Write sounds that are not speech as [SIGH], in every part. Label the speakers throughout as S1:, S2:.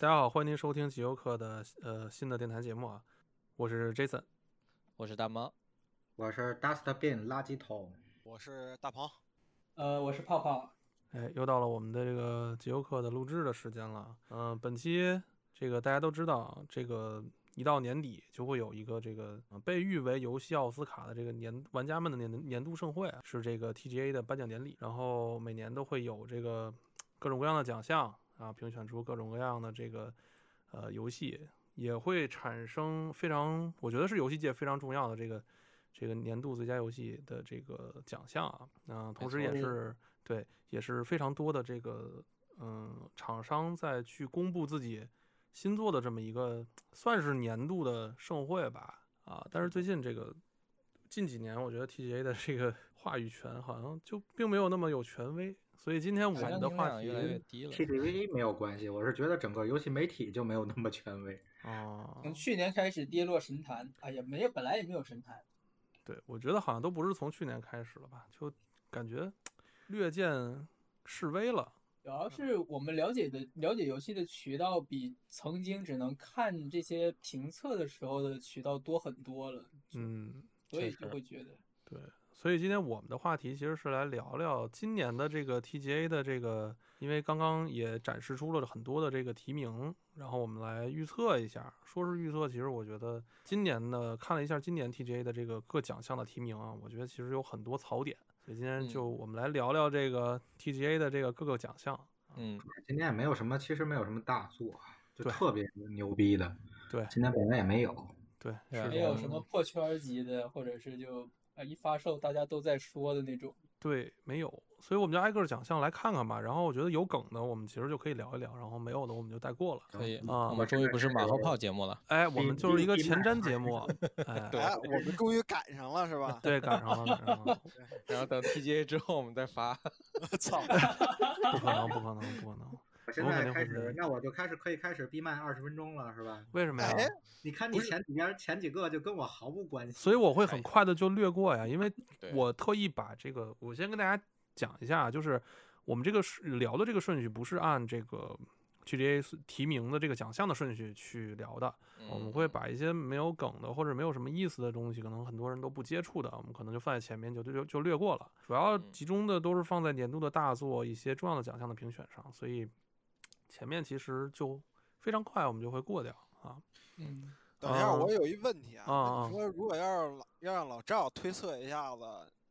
S1: 好，欢迎您收听极游客的呃新的电台节目啊，我是 Jason。
S2: 我是大猫，
S3: 我是 Dustbin 垃圾桶，
S4: 我是大鹏，
S5: 呃，我是泡泡，
S1: 哎，又到了我们的这个极游课的录制的时间了。嗯、本期这个大家都知道，啊这个一到年底就会有一个这个、呃被誉为游戏奥斯卡的这个年玩家们的年年度盛会啊，是这个 TGA 的颁奖典礼。然后每年都会有这个各种各样的奖项啊，评选出各种各样的这个呃游戏，也会产生非常，我觉得是游戏界非常重要的这个这个年度最佳游戏的这个奖项啊。嗯、同时
S2: 没
S1: 也
S2: 错
S1: 是对，也是非常多的这个嗯厂商在去公布自己新作的这么一个算是年度的盛会吧啊。但是最近这个近几年，我觉得 TGA 的这个 [LAUGHS] 话语权好像就并没有那么有权威，所以今天我
S2: 含
S1: 们
S2: 金
S1: 的话
S2: 量
S1: 题
S2: 越来越低了。
S3: TGV 没有关系，我是觉得整个游戏媒体就没有那么权威。
S1: 啊，
S5: 从去年开始跌落神坛啊，也没有，本来也没有神坛，
S1: 对我觉得好像都不是从去年开始了吧，就感觉略见示威了。
S5: 主
S1: 嗯
S5: 要是我们了解的了解游戏的渠道比曾经只能看这些评测的时候的渠道多很多了，
S1: 嗯，
S5: 所以
S2: 确实
S5: 就会觉得
S1: 对，所以今天我们的话题其实是来聊聊今年的这个 TGA 的这个，因为刚刚也展示出了很多的这个提名，然后我们来预测一下。说是预测，其实我觉得今年的看了一下今年 TGA 的这个各奖项的提名啊，我觉得其实有很多槽点。所以今天
S2: 嗯
S1: 就我们来聊聊这个 TGA 的这个各个奖项。
S2: 嗯，
S3: 今天也没有什么，其实没有什么大作，就
S1: 对
S3: 特别牛逼的，
S1: 对
S3: 今天本来也没有。
S1: 对，
S2: 对啊
S1: 是
S5: 没
S1: 这
S5: 有
S1: 样
S5: 什
S1: 的嗯
S5: 么破圈儿级的，或者是就啊一发售大家都在说的那种。
S1: 对，没有，所以我们就挨个奖项来看看吧。然后我觉得有梗的，我们其实就可以聊一聊；然后没有的，我们就带过了。
S2: 可以
S1: 啊
S2: 我们终于不是马后炮节目了。
S1: 哎，我们
S3: 比
S1: 就是一
S3: 比
S1: 个
S3: 比
S1: 前
S3: 买
S1: 瞻节目啊，哎，？
S4: 哎，我们终于赶上了是吧
S1: [LAUGHS]
S4: [LAUGHS]
S1: 对，赶上了，赶上了，
S2: 然后等 TGA 之后，我们再发。
S4: 我
S1: [LAUGHS]
S4: 操，
S1: 不可能，不可能，不可能，
S3: 我现
S1: 我肯
S3: 在
S1: 定
S3: 开
S1: 会
S3: 始
S1: 是，
S3: 那我就开始可以开始闭麦二十分钟了，是吧？
S1: 为什么呀？
S4: 哎
S3: 你看你前几边前几个就跟我毫无关系。
S1: 所以我会很快的就略过呀，因为
S2: 对
S1: 我特意把这个，我先跟大家讲一下，啊就是我们这个是聊的这个顺序不是按这个 TGA 提名的这个奖项的顺序去聊的，
S2: 嗯
S1: 我们会把一些没有梗的或者没有什么意思的东西，可能很多人都不接触的，我们可能就放在前面就就就略过了。主要集中的都是放在年度的大作、一些重要的奖项的评选上，所以前面其实就非常快，我们就会过掉啊。
S5: 嗯，
S4: 等一下，
S1: 啊
S4: 我有一问题啊，
S1: 啊
S4: 你说如果要是老要让老赵推测一下子，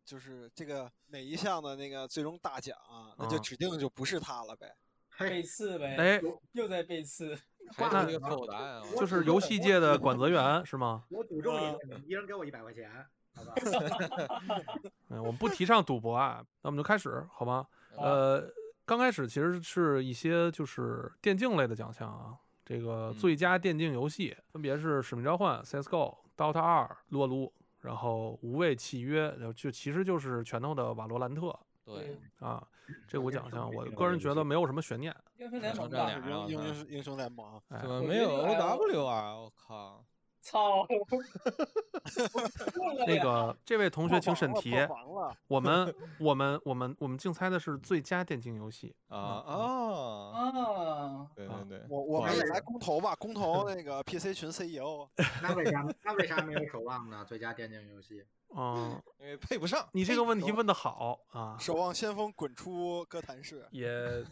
S4: 就是这个哪一项的那个最终大奖啊，那就
S1: 啊
S4: 指定就不是他了呗。
S3: 嘿
S5: 背，刺呗，
S1: 哎，
S5: 又在背刺，
S2: 还
S1: 那
S2: 是一个错误答案啊！
S3: 我
S1: 就是游戏界的管泽员是吗？
S3: 我诅咒
S5: 呃
S3: 你们，一人给我一百块钱，好吧？
S1: 嗯，我们不提倡赌博啊，那我们就开始好吗？呃，刚开始其实是一些就是电竞类的奖项啊，这个
S2: 嗯
S1: 最佳电竞游戏分别是《使命召唤》、CS:GO、Dota 二、撸啊撸，然后《无畏契约》，然后就其实就是拳头的瓦罗兰特
S2: 对，
S1: 啊，这五
S3: 这
S1: 讲
S3: 是
S1: 项
S3: 没
S1: 我
S3: 有
S1: 个人
S3: 游
S1: 觉
S3: 戏
S1: 得没有什么悬念，
S5: 英雄联
S2: 手
S5: 盟
S2: 战
S5: 吧，
S2: 俩啊
S4: 英英
S2: 我
S4: 雄英雄联盟，
S1: 哎
S2: 怎，么没有 OW
S4: 哎
S2: 啊？我靠！
S1: [LAUGHS]
S5: 操，
S1: 那个这位同学请
S4: 破防
S1: 审
S4: 了
S1: 题，
S4: [LAUGHS] 破防了，
S1: 我们我们我们我们竞猜的是最佳电竞游戏嗯
S2: 啊
S4: 嗯
S2: 啊！
S5: 啊，
S2: 对
S1: 啊
S2: 对对，
S4: 我我
S2: 不
S4: 们
S2: 好意
S4: 也
S2: 思
S4: 来公投吧，公投那个 PC 群 E
S1: [LAUGHS]
S4: CEO，
S3: 那为啥那为啥没有守望呢？最佳电竞游戏，
S1: 啊。
S2: 因为配不上。
S1: 你这个问题问的好啊，
S4: 守望先锋滚出哥
S1: [LAUGHS]
S4: 谭市，
S1: 也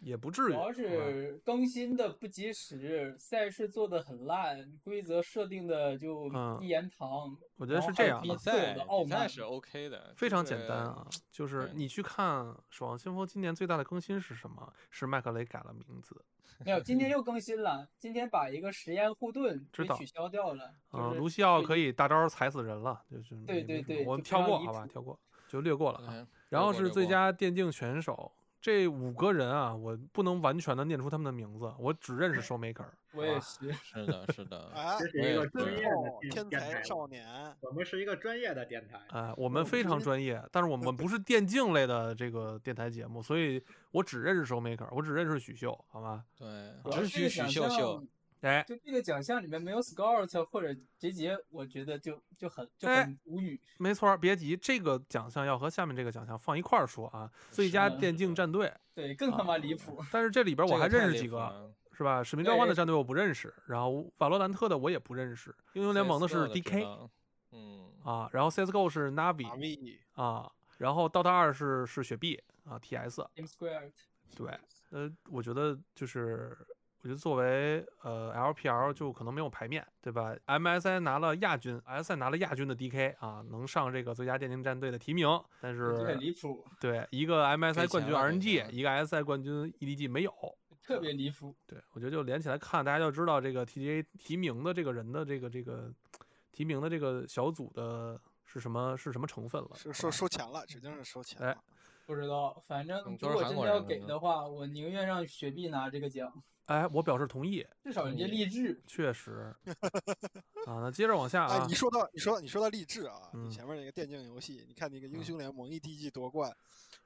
S1: 也不至于。
S5: 主要
S1: 吧
S5: 是更新的不及时，赛事做的很烂，规则设定的就
S1: 嗯
S5: 一言堂。
S1: 我觉得
S5: 然后
S1: 是这
S5: 还
S1: 样
S2: 比
S1: 的，
S5: 有
S2: 赛
S5: 特有的傲
S2: 比赛
S5: 慢
S2: 是 OK 的，
S1: 非常
S2: 就是
S1: 简单。啊，就是
S2: 对
S1: 你去看《守望先锋》今年最大的更新是什么？是麦克雷改了名字
S5: 没有，今天又更新了，今天把一个实验护盾
S1: 知
S5: 给
S1: 道
S5: 取消掉了。
S1: 啊，
S5: 就是
S1: 卢西奥可以大招踩死人了，就是
S5: 对
S1: 没没
S5: 对
S1: 什么
S5: 对
S1: 我
S5: 就
S1: 们
S5: 不
S1: 跳
S5: 让
S1: 过
S5: 你
S1: 好吧，
S5: 主
S1: 跳过就略过了啊。
S2: 嗯
S1: 然
S2: 略
S1: 后
S2: 过
S1: 是
S2: 略
S1: 最
S2: 过
S1: 佳电竞选手。这五个人啊，我不能完全的念出他们的名字，我只认识 Showmaker。
S5: 我也是，
S2: 是的，
S1: [LAUGHS]
S2: 是
S1: 啊
S2: 的，
S4: 哎，
S3: 这是
S2: 我
S3: 一
S2: 也
S3: 个
S2: 是
S3: 专业
S4: 哦
S3: 的
S4: 天
S3: 电台
S4: 才
S3: 了
S4: 少年，啊
S3: 我们是一个专业的电台。
S1: 哎，我们
S4: 我
S1: 非
S4: 不
S1: 常
S4: 是
S1: 专业，但是我们不是电竞类的这个电台节目，所以我只认识 Showmaker，我只认识许秀，好吗？
S2: 对，
S5: 主要
S2: 只
S5: 是这
S2: 许
S5: 个
S2: 许秀
S5: 奖
S2: 秀
S5: 项。
S1: 哎，
S5: 就这个奖项里面没有 Scout 或者杰杰，我觉得就就很就
S1: 哎
S5: 很无语。
S1: 没错儿，别急，这个奖项要和下面这个奖项放一块儿说啊。最佳
S5: 的
S1: 电
S2: 是
S1: 竞
S2: 的
S1: 战队，啊
S5: 对，更他妈离谱。
S1: 但是这里边我还认识几
S2: 个
S1: 个，
S2: 太离谱了，
S1: 是吧？使命召唤的
S5: 对
S1: 战队我不认识，然后瓦罗兰特的我也不认识，英雄联盟的是
S2: CS:GO 知
S1: DK
S2: 道，嗯
S1: 啊，然后 CSGO 是 Navi
S4: 密
S1: 啊，然后 DOTA 二是是雪碧啊 TS，
S5: Team Squared，
S1: 对，呃，我觉得就是，我觉得作为呃 LPL 就可能没有牌面，对吧？MSI 拿了亚军，SI 拿了亚军的 DK 啊，能上这个最佳电竞战队的提名，但
S5: 这很
S1: 是
S5: 离谱，
S1: 对一个 MSI
S2: 赔
S1: 冠
S2: 钱
S1: 军
S2: 了赔钱
S1: RNG，
S2: 了
S1: 一个 SI 冠军 EDG 没有。
S5: 特别离谱。
S1: 对，我觉得就连起来看，大家就知道这个 TGA 提名的这个人的这个这个提名的这个小组的是什么是什么成分了。
S4: 收
S1: 好吧
S4: 收收钱了，指定是收钱
S1: 哎
S4: 了。
S5: 不知道，反正
S2: 嗯都
S5: 如
S2: 是
S5: 果
S2: 韩
S5: 真
S2: 国
S5: 的要
S2: 人
S5: 给
S2: 嗯
S5: 的话，我宁愿让雪碧拿这个奖，
S1: 哎，我表示同意，
S5: 至少人家
S2: 同意
S5: 励志。
S1: 确实啊。那接着往下
S4: 哎，
S1: 啊
S4: 你，说到你说你说到励志啊，
S1: 嗯
S4: 你前面那个电竞游戏，你看那个
S1: 嗯
S4: 英雄联盟一 D G 夺冠，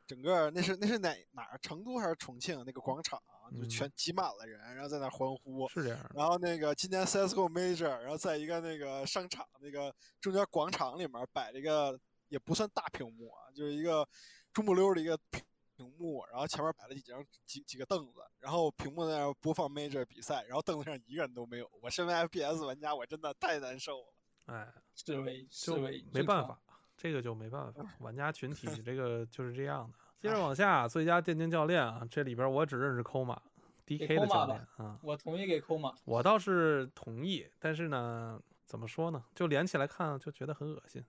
S4: 整个那是那是哪哪儿？成都还是重庆那个广场啊，就
S1: 嗯
S4: 全挤满了人，然后在那儿欢呼。
S1: 是这样的，
S4: 然后那个今年 CSGO Major，然后在一个那个商场那个中间广场里面摆了一个也不算大屏幕啊，就是一个中不溜儿的一个屏屏幕，然后前面摆了几张几几个凳子，然后屏幕在那儿播放 Major 比赛，然后凳子上一个人都没有。我身为 FPS 玩家，我真的太难受了。
S1: 哎，
S5: 示威，示
S1: 就
S5: 威，
S1: 没
S5: 正
S1: 办
S5: 常
S1: 法。，这个就没办法，玩家群体这个就是这样的。接着往下，最佳电竞教练啊，这里边我只认识 Koma。D K 的
S5: Koma
S1: 教
S5: 吧
S1: 练啊，
S5: 我同意给扣满。
S1: 我倒是同意，但是呢，怎么说呢？就连起来看就觉得很恶心。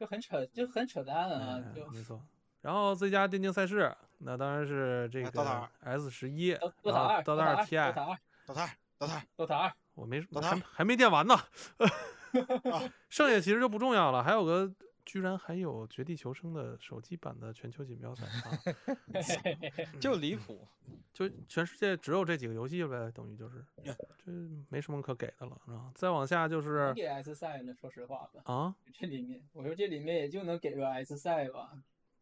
S5: 就很扯，就很扯淡啊！
S1: 嗯
S5: 就
S1: 没错。然后最佳电竞赛事，那当然是这
S4: 啊，Dota
S1: 个 S 十一，然
S5: 都
S1: 后
S5: 都打二，
S1: DOTA
S5: 都打
S1: 二
S5: 二，都打
S1: TI，
S5: 二，
S4: 老太儿，老太儿，
S5: 都打二，
S1: 我没
S4: ，Dota
S1: 还
S4: 二
S1: 还没念完呢，剩下其实就不重要了。还有个，居然还有《绝地求生》的手机版的全球锦标赛啊，
S5: 嘿嘿嘿
S2: 就离谱，
S4: 嗯
S1: 就全世界只有这几个游戏呗，等于就是，这没什么可给的了，是吧？再往下就是
S5: 能给 S 赛呢？说实话吧，
S1: 啊，
S5: 这里面我说这里面也就能给个 S 赛吧，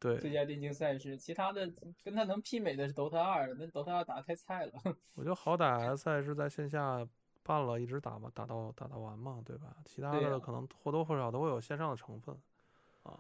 S5: 最
S1: 对，
S5: 佳电竞赛事，其他的跟他能媲美的是 DOTA 二，那 DOTA 二打得太菜了。 [LAUGHS]
S1: 我觉得好歹 S 赛是在线下办了，一直打嘛，打到打到完嘛，对吧？其他
S5: 对
S1: 的
S5: 呀
S1: 可能或多或少都会有线上的成分啊。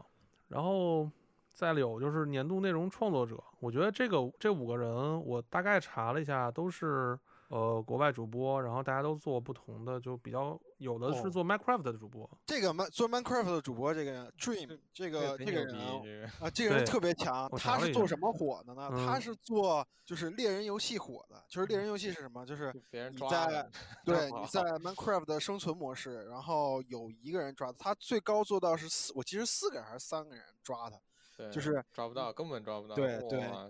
S1: 然后再有就是年度内容创作者，我觉得这个这五个人，我大概查了一下，都是呃国外主播，然后大家都做不同的，就比较有的是
S2: 哦
S1: 做 Minecraft 的主播，
S4: 这个 Man 做 Minecraft 的主播，这个 Dream 这个
S2: 贼
S4: 这个
S2: 牛
S4: 人
S2: 逼
S4: 啊
S2: 这个
S4: 啊，这个人
S1: 对
S4: 特别强。
S1: 我查
S4: 他
S1: 了
S4: 是
S1: 一
S4: 做
S1: 下
S4: 什么火的呢？他
S1: 嗯
S4: 是做就是猎人游戏火的，就是猎人游戏是什么？就是
S2: 就别人
S4: 你
S2: 抓
S4: 在
S2: 了，
S4: [LAUGHS] 对，你在 Minecraft 的生存模式，然后有一个人抓他，最高做到是四，我记得是四个人还是三个人抓他，
S2: 对
S4: 就是
S2: 抓不到，根本抓不到，
S4: 对对
S2: 哇，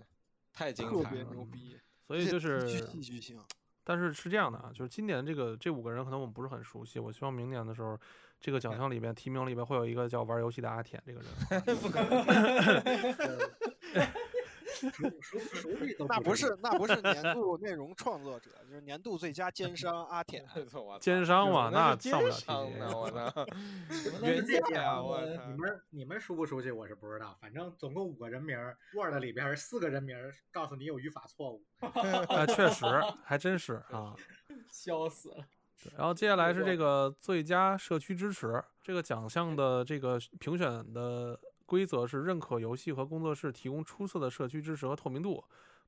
S2: 太精
S4: 特
S2: 彩
S4: 别
S2: 了，
S4: 牛逼，
S1: 嗯所以就是
S4: 戏剧性。
S1: 但是是这样的啊，就是今年这个这五个人可能我们不是很熟悉，我希望明年的时候，这
S5: 哎
S1: 个奖项里面提名里面会有一个叫玩游戏的阿舔这个人啊，
S3: 熟熟熟悉都
S4: 那不
S3: 知道
S4: 是那不是年度内容创作者，就是年度最佳奸商 [LAUGHS] 阿舔。
S2: [LAUGHS] 我操
S1: 奸商嘛，那
S2: 是
S1: 上不了
S2: 奸商
S1: [LAUGHS]
S2: 呢，我
S1: TGA。
S2: 操， [LAUGHS]
S5: 么能
S2: 原
S5: 这
S2: 价呀，
S5: 样
S2: 我
S5: 呢
S2: 操
S3: 你，们你们熟不熟悉我是不知道，反正总共五个人名儿，Word 里边儿四个人名儿告诉你有语法错误。
S1: 哎，确
S2: [LAUGHS]
S1: 实，还真是啊。
S5: 笑死了！
S1: 对然后接下来是
S5: 对
S1: 这个最佳社区支持这个奖项的这个评选的规则是认可游戏和工作室提供出色的社区支持和透明度，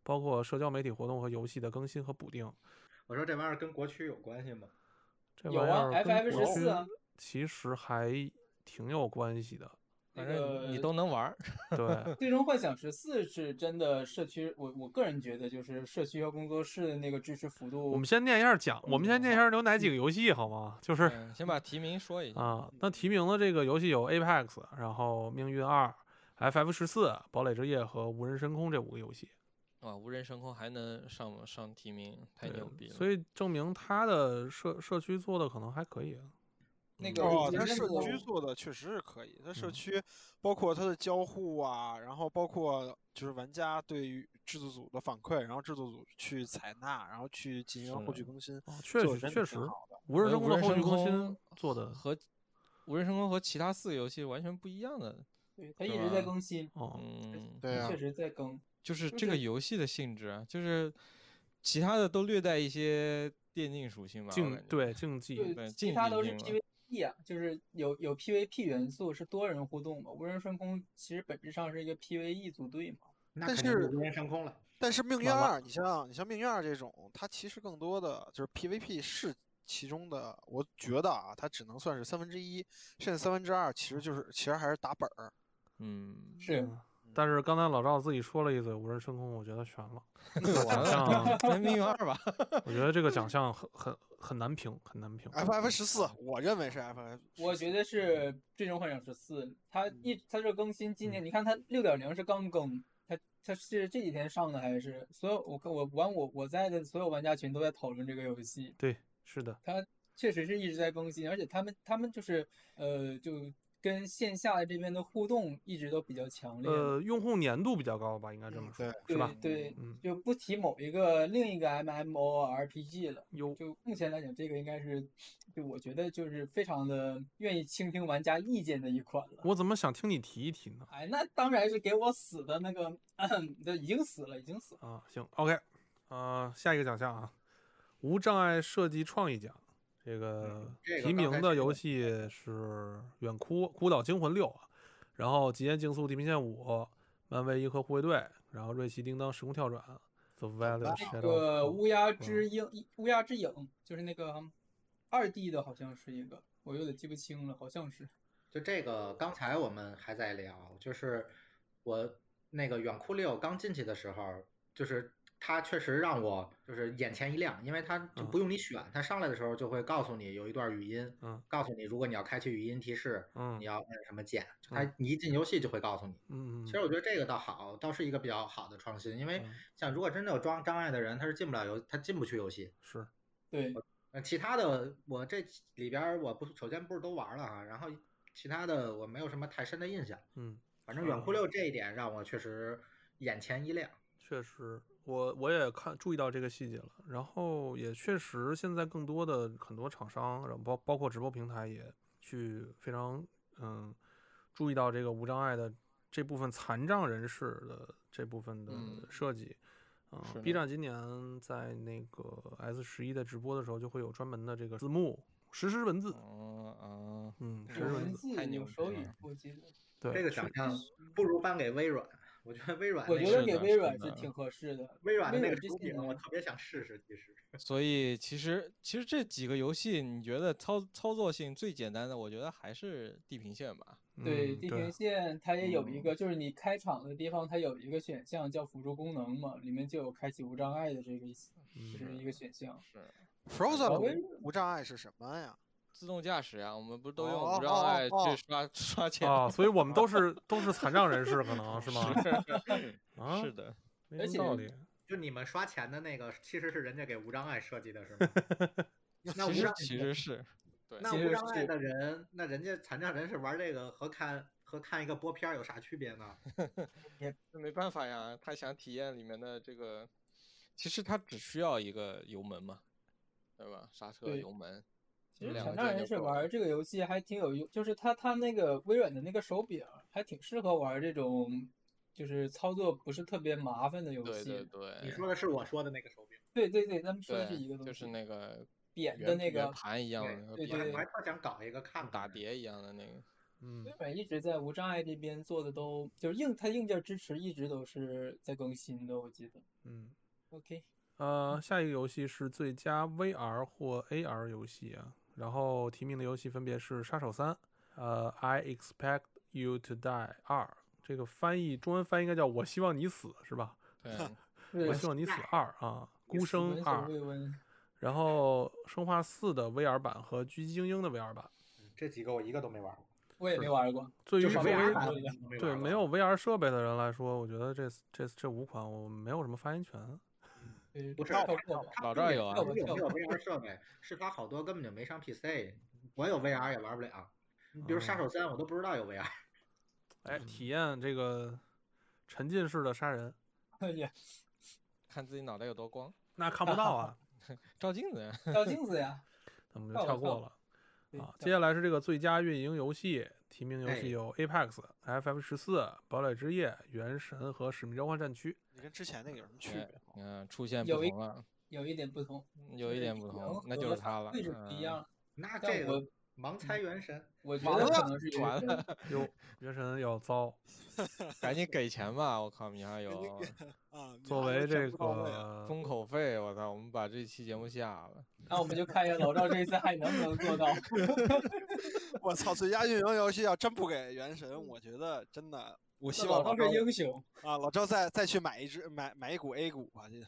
S1: 包括社交媒体活动和游戏的更新和补丁。
S3: 我说这玩意儿跟国区有关系吗？
S1: 这
S5: 有
S1: 玩意
S5: 啊
S1: 儿跟
S5: ，FF14
S1: 国区
S5: 啊
S1: 其实还挺有关系的。
S5: 那
S2: 反正你
S5: 个，
S2: 都能玩儿，
S1: 对
S2: [LAUGHS]
S5: 最终幻想十四是真的社区，我我个人觉得就是社区和工作室的那个支持幅度，
S1: 我们先念一下奖，我们先念一下有哪几个游戏好吗？ [LAUGHS] 就是
S2: 嗯先把提名说一下，
S1: 啊，那提名的这个游戏有 Apex，然后命运二、FF 十四、堡垒之夜和无人深空这五个游戏。
S2: 哇，无人升空还能上上提名，太
S1: 对
S2: 牛逼了，
S1: 所以证明他的社社区做的可能还可以啊。
S5: 那个
S4: 哦，
S5: 人
S4: 他
S5: 家
S4: 社
S5: 那个
S4: 区做的确实是可以，他社
S1: 嗯
S4: 区包括它的交互啊，然后包括就是玩家对于制作组的反馈，然后制作组去采纳，然后去进行
S2: 是
S4: 后续更新，
S1: 哦，确
S4: 做得
S1: 实
S4: 真
S1: 确
S4: 的挺
S1: 实，
S4: 好的
S1: 无人
S2: 呃
S1: 深
S2: 无
S1: 空的
S2: 人
S1: 后续
S2: 深
S1: 更新
S2: 空
S1: 做的
S2: 和无人升空和其他四个游戏完全不一样的，
S5: 对他
S2: 是
S5: 一直在
S2: 吧
S5: 更新，
S1: 哦， [LAUGHS]
S2: 嗯，
S4: 对啊
S5: 确，实在更。
S2: 就是
S5: 就
S2: 这个
S5: 是
S2: 游戏的性质啊，就是其他的都略带一些电竞属性吧，我
S1: 竞
S2: 感觉，
S1: 对竞技，
S2: 对
S5: 对，其
S2: 竞
S5: 他
S2: 技
S5: 都是
S2: 性嘛
S5: PVP 啊，就是有有 PVP 元素，是多人互动嘛。无人深空其实本质上是一个 PVE E 组队嘛。
S3: 那
S4: 但
S3: 肯定
S4: 是
S3: 无人上空了。
S4: 但是命运
S1: 完了
S4: 二，你像你像命运二这种，它其实更多的就是 PVP 是其中的，我觉得啊，它只能算是三分之一，甚至三分之二，其实就是其实还是打本儿。
S2: 嗯，
S5: 是
S1: 但是刚才老赵自己说了一嘴无人升空，我觉得悬了。
S2: 完了， [LAUGHS] 那命运二吧，
S1: 我觉得这个奖项很很很难评，很难评。
S2: 哎
S4: FF 十四，我认为是 FF。
S5: 我觉得是《嗯最终幻想十四》，它一它这更新今年，你看它六点零是刚更，它它是这几天上的还是所有我跟我玩我我在的所有玩家群都在讨论这个游戏，
S1: 对，是的，
S5: 确实是一直在更新，而且他们他们就是呃就跟线下的这边的互动一直都比较强烈，
S1: 呃，用户粘度比较高吧，应该这
S4: 嗯
S1: 么说，
S5: 对
S1: 是吧？
S5: 对
S1: 嗯，
S5: 就不提某一个另一个 MMORPG 了。
S1: 有
S5: 就目前来讲，这个应该是，就我觉得就是非常的愿意倾听玩家意见的一款了。
S1: 我怎么想听你提一提呢？
S5: 哎，那当然是给我死的那个， [CLEARS THROAT] 这已经死了，已经死了。
S1: 啊，行，OK，呃，下一个奖项啊，无障碍设计创意奖，这个
S3: 嗯这个
S1: 提
S3: 刚
S1: 名
S3: 才
S1: 的
S3: 这
S1: 游
S3: 个
S1: 戏是《远哭孤岛惊魂六》啊，然后《极限竞速：地平线五》、漫威《银河护卫队》，然后《瑞奇叮当：时空跳转》、The Valley of 嗯
S5: 那
S1: Shadow，
S5: 个
S1: of Death
S5: 乌鸦之鹰，乌鸦之影，就是那个二 D 的，好像是一个，我有点记不清了，好像是。
S3: 就这个，刚才我们还在聊，就是我那个远酷六刚进去的时候，就是它确实让我就是眼前一亮，因为它就不用你选，它上来的时候就会告诉你有一段语音，
S1: 嗯
S3: 告诉你如果你要开启语音提示，
S1: 嗯
S3: 你要按什么键，就它
S1: 嗯
S3: 你一进游戏就会告诉你。
S1: 嗯嗯，
S3: 其实我觉得这个倒好，倒是一个比较好的创新，因为
S1: 嗯
S3: 像如果真的有装障碍的人，他是进不了游，他进不去游戏，
S1: 是
S5: 对，
S3: 那其他的我这里边儿我不首先不是都玩了啊，然后其他的我没有什么太深的印象。
S1: 嗯，
S3: 反正
S1: 是
S3: 远酷六这一点让我确实眼前一亮。
S1: 确实，我我也看注意到这个细节了，然后也确实现在更多的很多厂商，然后包包括直播平台也去非常嗯注意到这个无障碍的这部分残障人士的这部分的
S2: 嗯
S1: 设计。嗯
S2: 是
S1: ，B
S2: 的
S1: 站今年在那个 S 十一的直播的时候，就会有专门的这个字幕实时文字，
S2: 哦
S1: 嗯，实
S2: 是
S1: 时
S2: 是
S5: 文
S1: 文字，
S5: 字
S2: 太牛
S5: 有
S2: 逼
S5: 手语
S2: 了，
S5: 我记得。
S1: 对，
S3: 这个
S1: 确
S3: 奖项不如颁给微软，我觉得微软
S5: 我
S3: 那
S5: 觉
S3: 个
S5: 得
S2: 是
S5: 给
S2: 的
S5: 微软
S2: 是
S5: 是
S2: 的
S5: 挺合适的。
S3: 微软的那个
S5: 微软这
S3: 手
S5: 些
S3: 柄，我
S5: 年
S3: 特别想试试。其实，
S2: 啊，所以其实其实这几个游戏，你觉得操操作性最简单的，我觉得还是地平线吧。
S5: 对，
S1: 嗯
S5: 地
S1: 对
S5: 平线它也有一
S2: 嗯
S5: 个，就是你开场的地方，它有一个选项叫辅助功能嘛，里面就有开启无障碍的这个意思，
S1: 嗯
S5: 啊就是一个选项。
S2: 是
S4: Frozen
S5: 微
S4: 无无障碍是什么呀？
S2: 自动驾驶啊，我们不是都用
S4: 哦
S2: 无障
S4: 哦
S2: 碍
S4: 哦
S2: 去刷刷钱吗？
S1: 啊，所以我们都是都是残障人士，可能 [LAUGHS]
S2: [LAUGHS]
S1: 是吗？
S5: [LAUGHS]
S1: 啊，
S2: 是的，
S1: 没
S5: 而
S1: 什么道
S5: 且
S1: 理。
S3: 就你们刷钱的那个，其实是人家给无障碍设计的，是吗？那无
S2: 其实
S3: 障
S2: 其实是对
S3: 那
S5: 其
S3: 无
S5: 实
S3: 障碍
S5: 是
S3: 的人，那人家残障人士玩这个和看和看一个播片儿有啥区别呢？
S2: 那没办法呀，他想体验里面的这个，其实他只需要一个油门嘛，对吧？刹车、
S5: 对
S2: 油门，
S5: 其实
S2: 嗯两
S5: 残
S2: 个
S5: 障
S2: 键
S5: 人
S2: 就
S5: 士
S2: 够
S5: 玩
S2: 了
S5: 这个游戏还挺有用，就是它它那个微软的那个手柄还挺适合玩这种，就是操作不是特别麻烦的游
S2: 对
S5: 戏。
S2: 对对，
S3: 你说的是我说的那个手柄。
S5: 对对对，咱们说的是
S2: 对，
S5: 一个东西，
S2: 就是那个
S5: 扁
S2: 圆
S5: 的那
S2: 圆
S5: 个。
S2: 盘一样的那个
S5: 对
S2: 扁
S5: 对
S3: 我还
S2: 的，
S3: 特想搞一个看看
S2: 打
S3: 呢
S2: 碟一样的那个，
S1: 嗯
S5: 微，软一直在无障碍这边做的都就是硬，它硬件支持一直都是在更新的，我记得。
S1: 嗯，
S5: OK，
S1: 呃，下一个游戏是最佳 VR 或 AR 游戏啊，然后提名的游戏分别是《杀手三》、呃，《I Expect You to Die 二》，这个翻译中文翻译应该叫“我希望你死”是吧？
S2: 对
S1: [LAUGHS] 我
S5: 对，
S1: 希望你死二啊，《孤
S5: 闻
S1: 生
S5: 所
S1: 二
S5: 未》，闻
S1: 然后《生化四》的 VR 版和《狙击精英》的 VR 版。
S3: 嗯这几个我一个都没玩过，
S5: 我也没玩过，
S1: 对于
S3: 就
S5: 于
S3: 是
S1: 作
S5: 作
S3: VR
S5: 为
S3: 版
S1: 为
S3: 我一个都没
S1: 对
S3: 玩
S1: 没
S3: 过
S1: 有 VR 设备的人来说，我觉得这这这五款我没有什么发言权。
S5: 对
S3: 不是
S5: 跳
S3: 他
S5: 过吧。
S3: 他
S2: 老
S3: 根
S2: 赵
S3: 本
S2: 有啊
S3: 他根本
S5: 跳
S3: 没
S5: 过
S3: 有 VR 设备，是他好多根本就没上 PC，我有 VR 也玩不了。你比如《杀手三》，我都不知道有 VR。
S1: 哎，体验这个沉浸式的杀人，
S5: 也
S2: 看自己脑袋有多光，
S1: 那看不到啊，
S2: 照镜子呀。
S5: 照镜子呀。
S1: 那我们
S5: 跳
S1: 就跳
S5: 过
S1: 过
S5: 跳
S1: 了
S5: 对
S1: 啊。
S5: 照
S1: 接下来是这个最佳运营游戏，提名游
S3: 哎
S1: 戏有 Apex、FF 十四、堡垒之夜、原神和使命召唤战区。
S4: 你跟之前那个有什么区
S2: 哎
S4: 别？
S2: 嗯、出现不
S5: 有一
S2: 同了，
S5: 有一点不同，
S2: 有一点不
S5: 就是
S2: 同，那
S5: 银
S2: 就
S5: 河
S2: 是它了。
S5: 位置不
S2: 嗯
S5: 一样。
S3: 那
S5: 但
S3: 这
S5: 我
S3: 个盲猜原神，
S5: 我觉
S2: 完
S5: 得
S2: 了
S5: 可能是有
S2: 完
S5: 人
S1: 哟，原神要糟。
S2: 嗯赶紧给钱吧！我靠，米哈游
S4: 啊，你
S1: 作
S4: 还
S1: 为
S4: 是占
S1: 这
S4: 不到位啊
S1: 个
S2: 封口费，我操！我们把这期节目下了。
S5: [LAUGHS] 那我们就看一下老赵这一次还能不能做到。
S4: 我操，最佳运营游戏要真不给原神，
S1: 嗯
S4: 我觉得真的，我希望
S5: 老
S4: 老
S5: 赵
S4: 赵
S5: 是英雄，
S4: 啊，老赵再再去买一只买买一股 A 股吧，这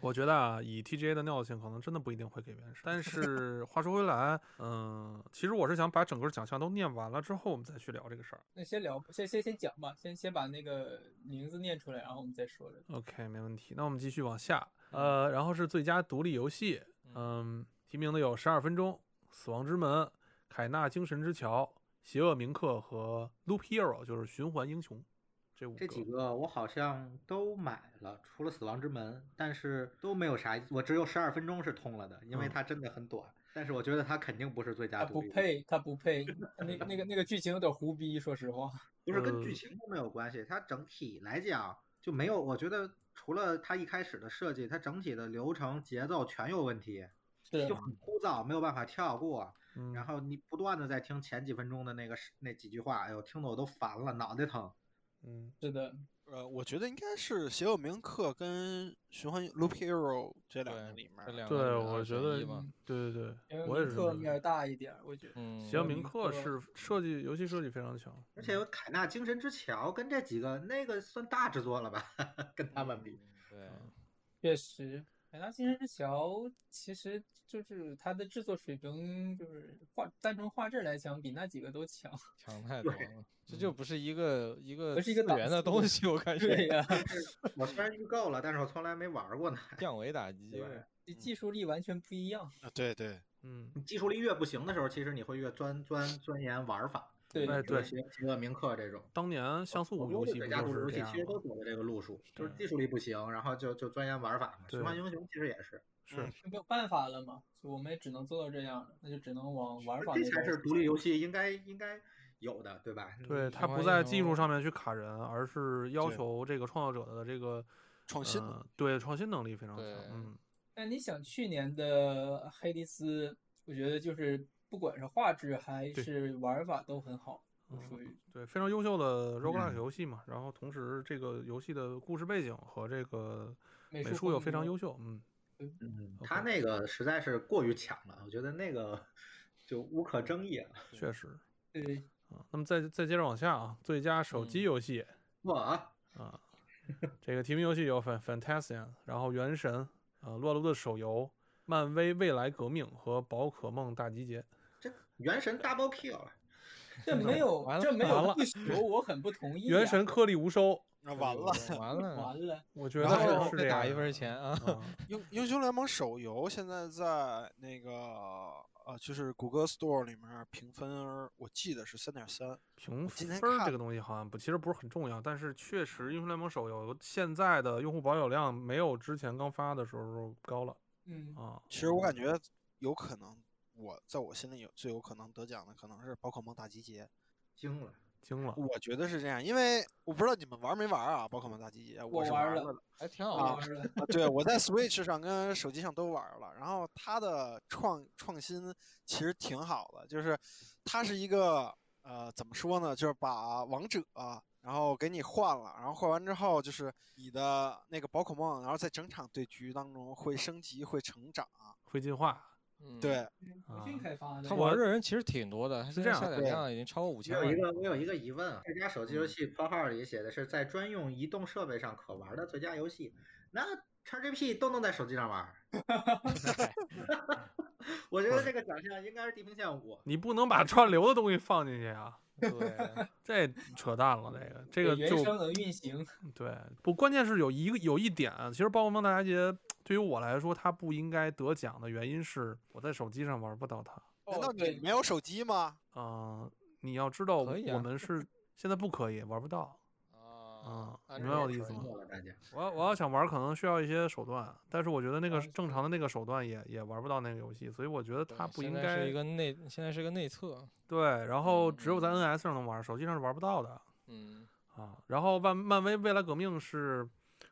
S1: 我觉得啊，以 TGA 的尿性，可能真的不一定会给原神。但是话说回来，嗯，其实我是想把整个奖项都念完了之后，我们再去聊这个事儿。
S5: 那先聊，先先先讲吧，先先把那个名字念出来，然后我们再说这个。
S1: OK，没问题。那我们继续往下，呃，然后是最佳独立游戏，嗯，提名的有《十二分钟》《死亡之门》《凯纳精神之桥》《邪恶铭刻》和《Loop Hero》，就是循环英雄。这五
S3: 这
S1: 个
S3: 几个我好像都买了，除了《死亡之门》，但是都没有啥，我只有十二分钟是通了的，因为
S1: 嗯
S3: 它真的很短。但是我觉得它肯定不是最
S5: 他
S3: 佳
S5: 不
S3: 独立，
S5: 配，他不配，他那那个那个剧情有点胡逼，说实话。
S3: 不是跟
S1: 呃
S3: 剧情都没有关系，它整体来讲就没有，我觉得除了它一开始的设计，它整体的流程节奏全有问题，
S5: 是
S3: 就，很枯燥，没有办法跳过。
S1: 嗯，
S3: 然后你不断的在听前几分钟的那个是那几句话，哎呦，听得我都烦了，脑袋疼。
S1: 嗯，
S5: 是的，
S4: 呃，我觉得应该是《邪恶铭刻》跟《循环 Loop Hero》这两个
S2: 对
S4: 里面
S2: 这
S4: 儿，
S2: 两个
S1: 对，
S2: 人
S1: 我
S2: 二
S1: 觉
S2: 选
S1: 得
S2: 一嘛，
S1: 对对
S5: 嗯因
S1: 对，
S5: 为
S1: 我也
S5: 名
S1: 是
S5: 课
S1: 这么
S5: 有
S1: 觉
S5: 点
S1: 得。
S5: 大一点，我觉得。
S2: 嗯，
S1: 邪恶
S5: 嗯
S1: 铭刻
S5: 对
S1: 是设计游戏设计非常强，
S3: 而且有凯纳精神之桥跟这几个那个算大制作了吧，跟他们比。
S2: 对，
S5: 确实，哎《海纳精神之桥》其实就是它的制作水平，就是画单从画质来讲，比那几个都强。
S2: 强太多
S3: 对
S2: 了，这就不是一个一个
S5: 不是一个
S2: 次
S5: 档
S2: 元的
S5: 次
S2: 东西，我感觉
S5: 对呀、
S3: 我虽然预购了，但是我从来没玩过呢。 [LAUGHS]
S2: 降维打击。
S3: 对
S5: 这技术力完全不一样。
S4: 啊对对，
S1: 嗯，
S3: 你技术力越不行的时候，其实你会越钻钻钻研玩法。
S5: 对
S1: 哎
S3: 比如
S1: 对
S3: 邪邪恶铭刻这种。
S1: 当年像素
S3: 好
S1: 五游
S3: 多
S1: 戏
S3: 的
S1: 不
S3: 最佳
S1: 就
S3: 独
S1: 是
S3: 立游
S1: 这
S3: 戏
S1: 样
S3: 其实都
S1: 吗？
S3: 走的这个路数，就是
S1: 对
S3: 技术力不行，然后就就钻研玩法嘛。
S1: 对
S3: 循环英雄其实也是，
S1: 是，
S5: 没有办法了嘛，就我们也只能做到这样了，那就只能往玩法那
S3: 这才
S5: 边
S3: 是独立游戏应该应该有的，对吧？嗯
S1: 嗯对，
S3: 你
S1: 它
S2: 环
S1: 不
S2: 英
S1: 在技术
S2: 雄
S1: 上面去卡人，而是要
S4: 对
S1: 求这个创作者的这个
S4: 创新
S1: 呃对创新能力非常强
S2: 对。
S1: 嗯，
S5: 但你想，去年的黑迪斯，我觉得就是不管是画质还
S1: 对嗯
S5: 是玩法都很好，就属于
S1: 对，非常优秀的 roguelike
S3: 嗯
S1: 游戏嘛。然后同时，这个游戏的故事背景和这个
S5: 美术
S1: 术又
S5: 风
S1: 非常
S5: 格
S1: 优秀。嗯，
S3: 嗯，
S1: OK
S3: 他那个实在是过于强了，我觉得那个 [LAUGHS] 就无可争议了。
S1: 确实
S5: 对
S1: 啊。那么再再接着往下啊，最佳手机
S2: 嗯
S1: 游戏
S3: 我
S1: 啊，这个提名游戏有《Fan Fantasia》，然后《原神》啊，《撸啊撸》的手游。漫威未来革命和宝可梦大集结，
S3: 这原神 double kill，
S5: 这没有
S2: 完了
S5: 这没
S1: 完
S5: 有
S1: 了
S5: 不朽，我很不同意、
S1: 原神，颗粒无收，
S4: 啊完了。
S2: 完了，
S5: 完了，
S1: 我觉
S4: 然
S1: 得是
S4: 后
S1: 是
S2: 再
S1: 这样
S2: 打一
S1: 的
S2: 分钱啊！
S1: 啊，
S4: 英英雄联盟手游现在在那个呃，就是谷歌 Store 里面儿评分儿，我记得是三点三。
S1: 评分
S4: 今天
S1: 儿这
S4: 看
S1: 个东西好像不，其实不是很重要，但是确实英雄联盟手游现在的用户保有量没有之前刚发的时候高了
S5: 嗯，
S1: 啊。
S4: 其实我感觉有可能，我在我心里有最有可能得奖的可能是宝可梦大集结，
S3: 惊了。
S1: 惊了，
S4: 我觉得是这样，因为我不知道你们玩没玩啊，宝可梦大集结，
S5: 我
S4: 是
S5: 玩
S4: 玩
S5: 了
S4: 了的。
S2: 还挺好
S5: 我
S2: 玩儿。
S5: 玩了，
S4: 啊，对，我在 Switch 上跟手机上都玩儿了。然后它的创创新其实挺好的，就是它是一个呃，怎么说呢，就是把王者、然后给你换了，然后换完之后就是你的那个宝可梦，然后在整场对局当中会升级、会成长。
S1: 会进化。
S2: 嗯，
S4: 对，
S5: 腾讯
S1: 啊
S5: 开发的，
S2: 他玩的人其实挺多的，他
S1: 这
S2: 现在
S1: 样
S2: 下载
S4: 对
S2: 量已经超过五
S3: 我
S2: 千
S3: 有一
S2: 万。
S3: 个我有一个疑问
S1: 嗯
S3: 啊，这家手机游戏括号里写的是在专用移动设备上可玩的最佳游戏，那 XGP 都能在手机上
S1: [LAUGHS]
S3: 玩儿。我觉得这个
S1: 嗯
S3: 奖项应该是地平线五。
S1: 你不能把串流的东西放进去啊，
S2: 对，
S1: 这扯淡了。这
S5: 对
S1: 个这
S5: 原
S1: 个
S5: 生
S1: 就
S5: 能运行，
S1: 对，不，关键是有一个有一点，啊其实《宝可梦大集结》对于我来说，它不应该得奖的原因是我在手机上玩不到它。
S4: 难道
S5: 哦
S4: 你
S5: 对
S4: 没有手机吗？
S1: 嗯，你要知道，
S2: 可以
S1: 我
S2: 啊
S1: 们是现在不可以玩不到。
S2: 啊
S1: 嗯明白我的意思
S3: 沉
S1: 吗
S3: 默了，大家。
S1: 我要我要想玩儿，可能需要一些手段，但是我觉得那个
S2: 嗯
S5: 啊
S1: 是正常的那个手段也也玩不到那个游戏，所以我觉得它
S2: 他
S1: 不应
S2: 是
S1: 该
S2: 一个内，现在是个内测。
S1: 对。然后只有在
S2: 嗯
S1: NS 上能玩儿，手机上是玩不到的
S2: 嗯，
S1: 啊。然后漫漫威未来革命是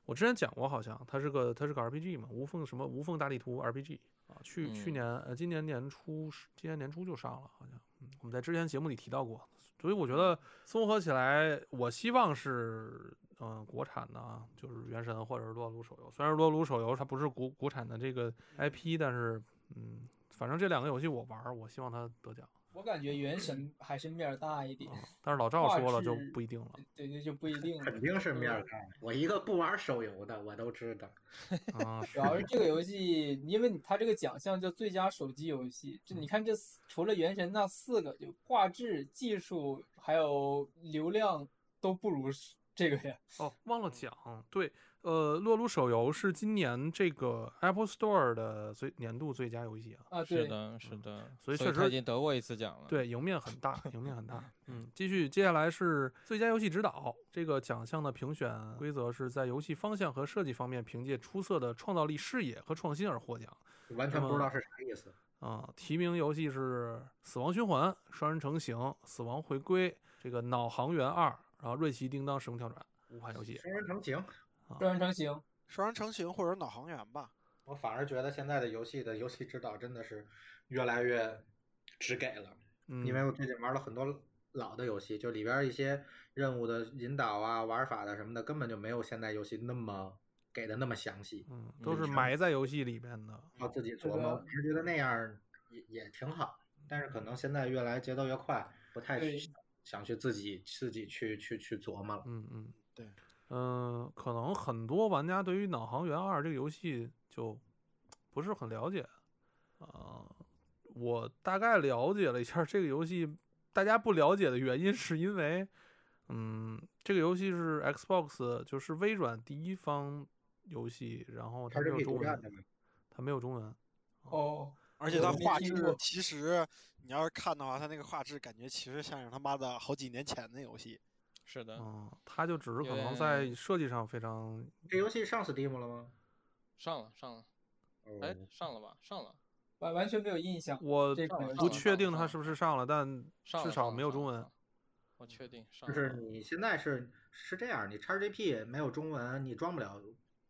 S1: 我之前讲过，好像它是个它是个 RPG 嘛，无缝什么无缝大地图 RPG 啊，去去
S2: 嗯
S1: 年呃今年年初是今年年初就上了，好像、嗯、我们在之前节目里提到过，所以我觉得综合起来，我希望是嗯、呃国产的啊，就是《原神》或者是《撸啊撸》手游，虽然《撸啊撸》手游它不是国国产的这个 IP，但是嗯，反正这两个游戏我玩儿，我希望它得奖。
S5: 我感觉原神还是面儿大一点，
S1: 但是老赵
S5: 画
S1: 哦说了就
S5: 质
S1: 不一定了
S5: 对，那就不一
S1: 嗯
S3: [LAUGHS]
S5: 定了。
S3: 肯定是面儿大。我一个不玩手游的，我都知道。
S5: [LAUGHS]
S1: 啊，
S5: 主要是这个游戏，因为它这个奖项叫最佳手机游戏，这
S1: 嗯
S5: 你看这四除了《原神》那四个，就画质、技术还有流量都不如是这个呀。
S1: 哦，忘了讲，对，呃，《撸啊撸》手游是今年这个 Apple Store 的最年度最佳游戏啊，
S5: 啊，
S2: 是
S5: 对，
S2: 的，是的，
S1: 所以确
S2: 他
S1: 实
S2: 已经得过一次奖了。，
S1: 对，赢面很大，赢面很大。嗯，继续，接下来是最佳游戏指导这个奖项的评选规则是在游戏方向和设计方面凭借出色的创造力、视野和创新而获奖。
S3: 完全不知道是啥意思。
S1: 啊、提名游戏是《死亡循环》《双人成行》《死亡回归》这个《脑航员二》，然后《瑞奇叮当》《时空跳转》五款游戏。
S3: 双人成行，
S5: 双人成哦行，
S4: 双人成行或者脑航员吧。
S3: 我反而觉得现在的游戏的游戏指导真的是越来越直给了，
S1: 嗯，
S3: 因为我最近玩了很多老的游戏，就里边一些任务的引导啊、玩法的什么的，根本就没有现在游戏那么给的那么详细，
S1: 嗯都
S3: 嗯
S1: 是
S3: 是
S1: 埋在游戏里边的。
S3: 要自己
S5: 这
S3: 琢磨。
S5: 个
S3: 我是觉得那样儿也也挺好，但是可能现在越来节奏越快，不太
S5: 对
S3: 想想去自己自己去去去琢磨了。
S1: 嗯嗯，
S4: 对，
S1: 嗯、可能很多玩家对于《脑航员二》这个游戏就不是很了解啊、我大概了解了一下儿这个游戏，大家不了解的原因是因为，嗯，这个游戏是 Xbox 就是微软第一方游戏，然后它
S3: 它
S1: 没
S3: 是
S1: 有
S3: 地
S1: 中
S3: 图战的
S1: 文，
S3: 嘛，
S1: 它没有中文。
S5: 哦，
S4: 而且
S5: 我
S4: 它
S5: 没
S4: 画
S5: 听
S4: 质
S5: 过
S4: 其实你要是看的话，它那个画质感觉其实像是他妈的好几年前的游戏。
S2: 是的，
S1: 嗯，它就只是可
S2: 有
S1: 能在
S2: 点
S1: 设计上非常
S3: 这游戏上 Steam 了吗？
S2: 上了上了，
S3: 哦
S2: 哎，上了吧，上了，
S5: 完完全没有印象。
S1: 我
S5: 这款游
S1: 不
S5: 戏
S1: 确
S2: 上
S1: 定
S2: 了
S1: 它是不是上了，但
S2: 上
S1: 至
S2: 了
S1: 少
S2: 上了
S1: 没有
S2: 上
S1: 中
S2: 了
S1: 文
S2: 上。了我确定上
S3: 就
S2: 了。
S3: 是
S1: 嗯
S3: 你现在是是这样，你 XGP 没有中文，你装不了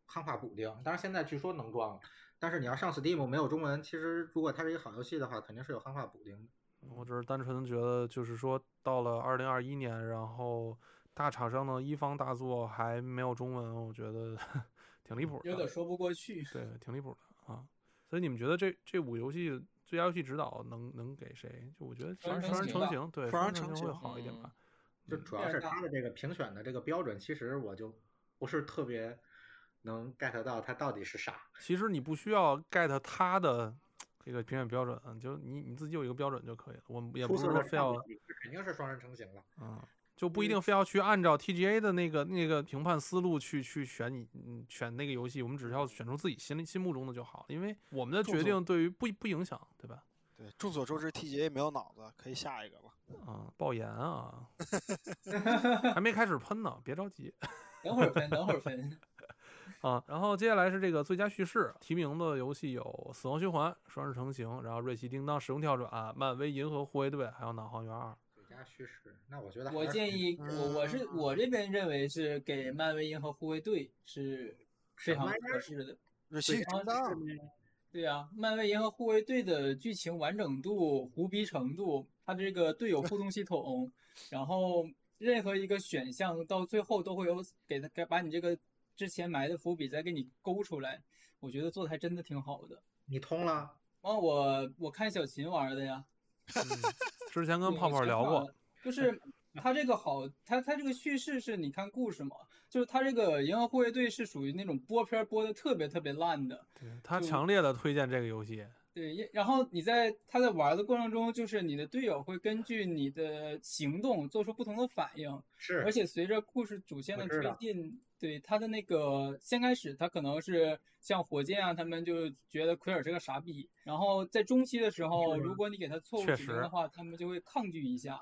S3: 汉化补丁。当然现在据说能装，但是你要上 Steam 没有中文，其实如果它是一个好游戏的话，肯定是有汉化补丁的。
S5: 嗯
S1: 我只是单纯觉得，就是说到了二零二一年，然后大厂商的一方大作还没有中文，我觉得 [LAUGHS] 挺离谱的，
S5: 有点说不过去。
S1: 对，挺离谱的啊。所以你们觉得这这五游戏最佳游戏指导能能给谁？就我觉得双
S5: 双人
S1: 双人
S5: 成
S1: 成
S5: 行
S1: 行，对，
S4: 双
S1: 人
S4: 人
S1: 成
S4: 成
S1: 行会
S4: 行
S1: 好一点吧。
S3: 就
S1: 嗯
S3: 主要
S5: 面
S3: 是
S5: 大
S3: 它的这个评选的这个标准，其实我就不是特别能 get 到它到底是啥。
S1: 其实你不需要 get 他的这个评选标准，就是你你自己有一个标准就可以了。我们也
S3: 出
S1: 不是
S3: 色
S1: 说
S3: 的
S1: 非
S3: 上
S1: 要
S3: 游戏肯定是双人成型了。
S1: 嗯，就不一定非要去按照 TGA 的那个那个评判思路去去选你嗯选那个游戏，我们只要选出自己心里心目中的就好了，因为我们的
S4: 众
S1: 决
S4: 所
S1: 定对于不不影响，对吧？
S4: 对，众所周知，TGA 没有脑子，可以下一个了。
S1: 啊、爆言啊，还没开始喷呢，别着急 [LAUGHS]
S5: 等会儿分，等会儿分。
S1: 啊。然后接下来是这个最佳叙事提名的游戏有《死亡循环》《双日成行》，然后《瑞奇叮当》《时空跳转》《漫威银河护卫队》，还有《脑航员二》。
S3: 最佳叙事，那我觉得
S5: 我
S3: 还是
S5: 建议，我我是我这边认为是给漫威银河护卫队是非常合适的。
S4: 瑞奇与
S5: 然
S1: 啊
S5: 后
S4: 叮当，
S5: 对呀、漫威银河护卫队的剧情完整度、胡逼程度，它这个队友互动系统，然后任何一个选项到最后都会有给它给把你这个之前埋的伏笔再给你勾出来，我觉得做的还真的挺好的。
S3: 你通了，
S5: 完、我我看小秦玩的呀，
S1: 嗯之前跟
S5: 对
S1: 泡
S5: 我
S1: 泡
S5: 觉
S1: 聊
S5: 得
S1: 过
S5: 好，
S1: [LAUGHS]
S5: 就是它这个好，它它这个叙事是你看故事嘛，就是它这个《银河护卫队》是属于那种播片儿播的特别特别烂的，
S1: 对他
S5: 就
S1: 强烈的推荐这个游戏。
S5: 对，也然后你在他在玩的过程中，就是你的队友会根据你的行动做出不同的反应，
S3: 是
S5: 而且随着故事主线
S3: 我
S5: 的
S3: 知
S5: 推
S3: 道
S5: 进，对他的那个先开始，他可能是像火箭啊，他们就觉得奎尔是个傻逼，然后在中期的
S3: 哎
S5: 时候，如果你给他错误
S1: 确
S5: 指令
S1: 实
S5: 的话，他们就会抗拒一下；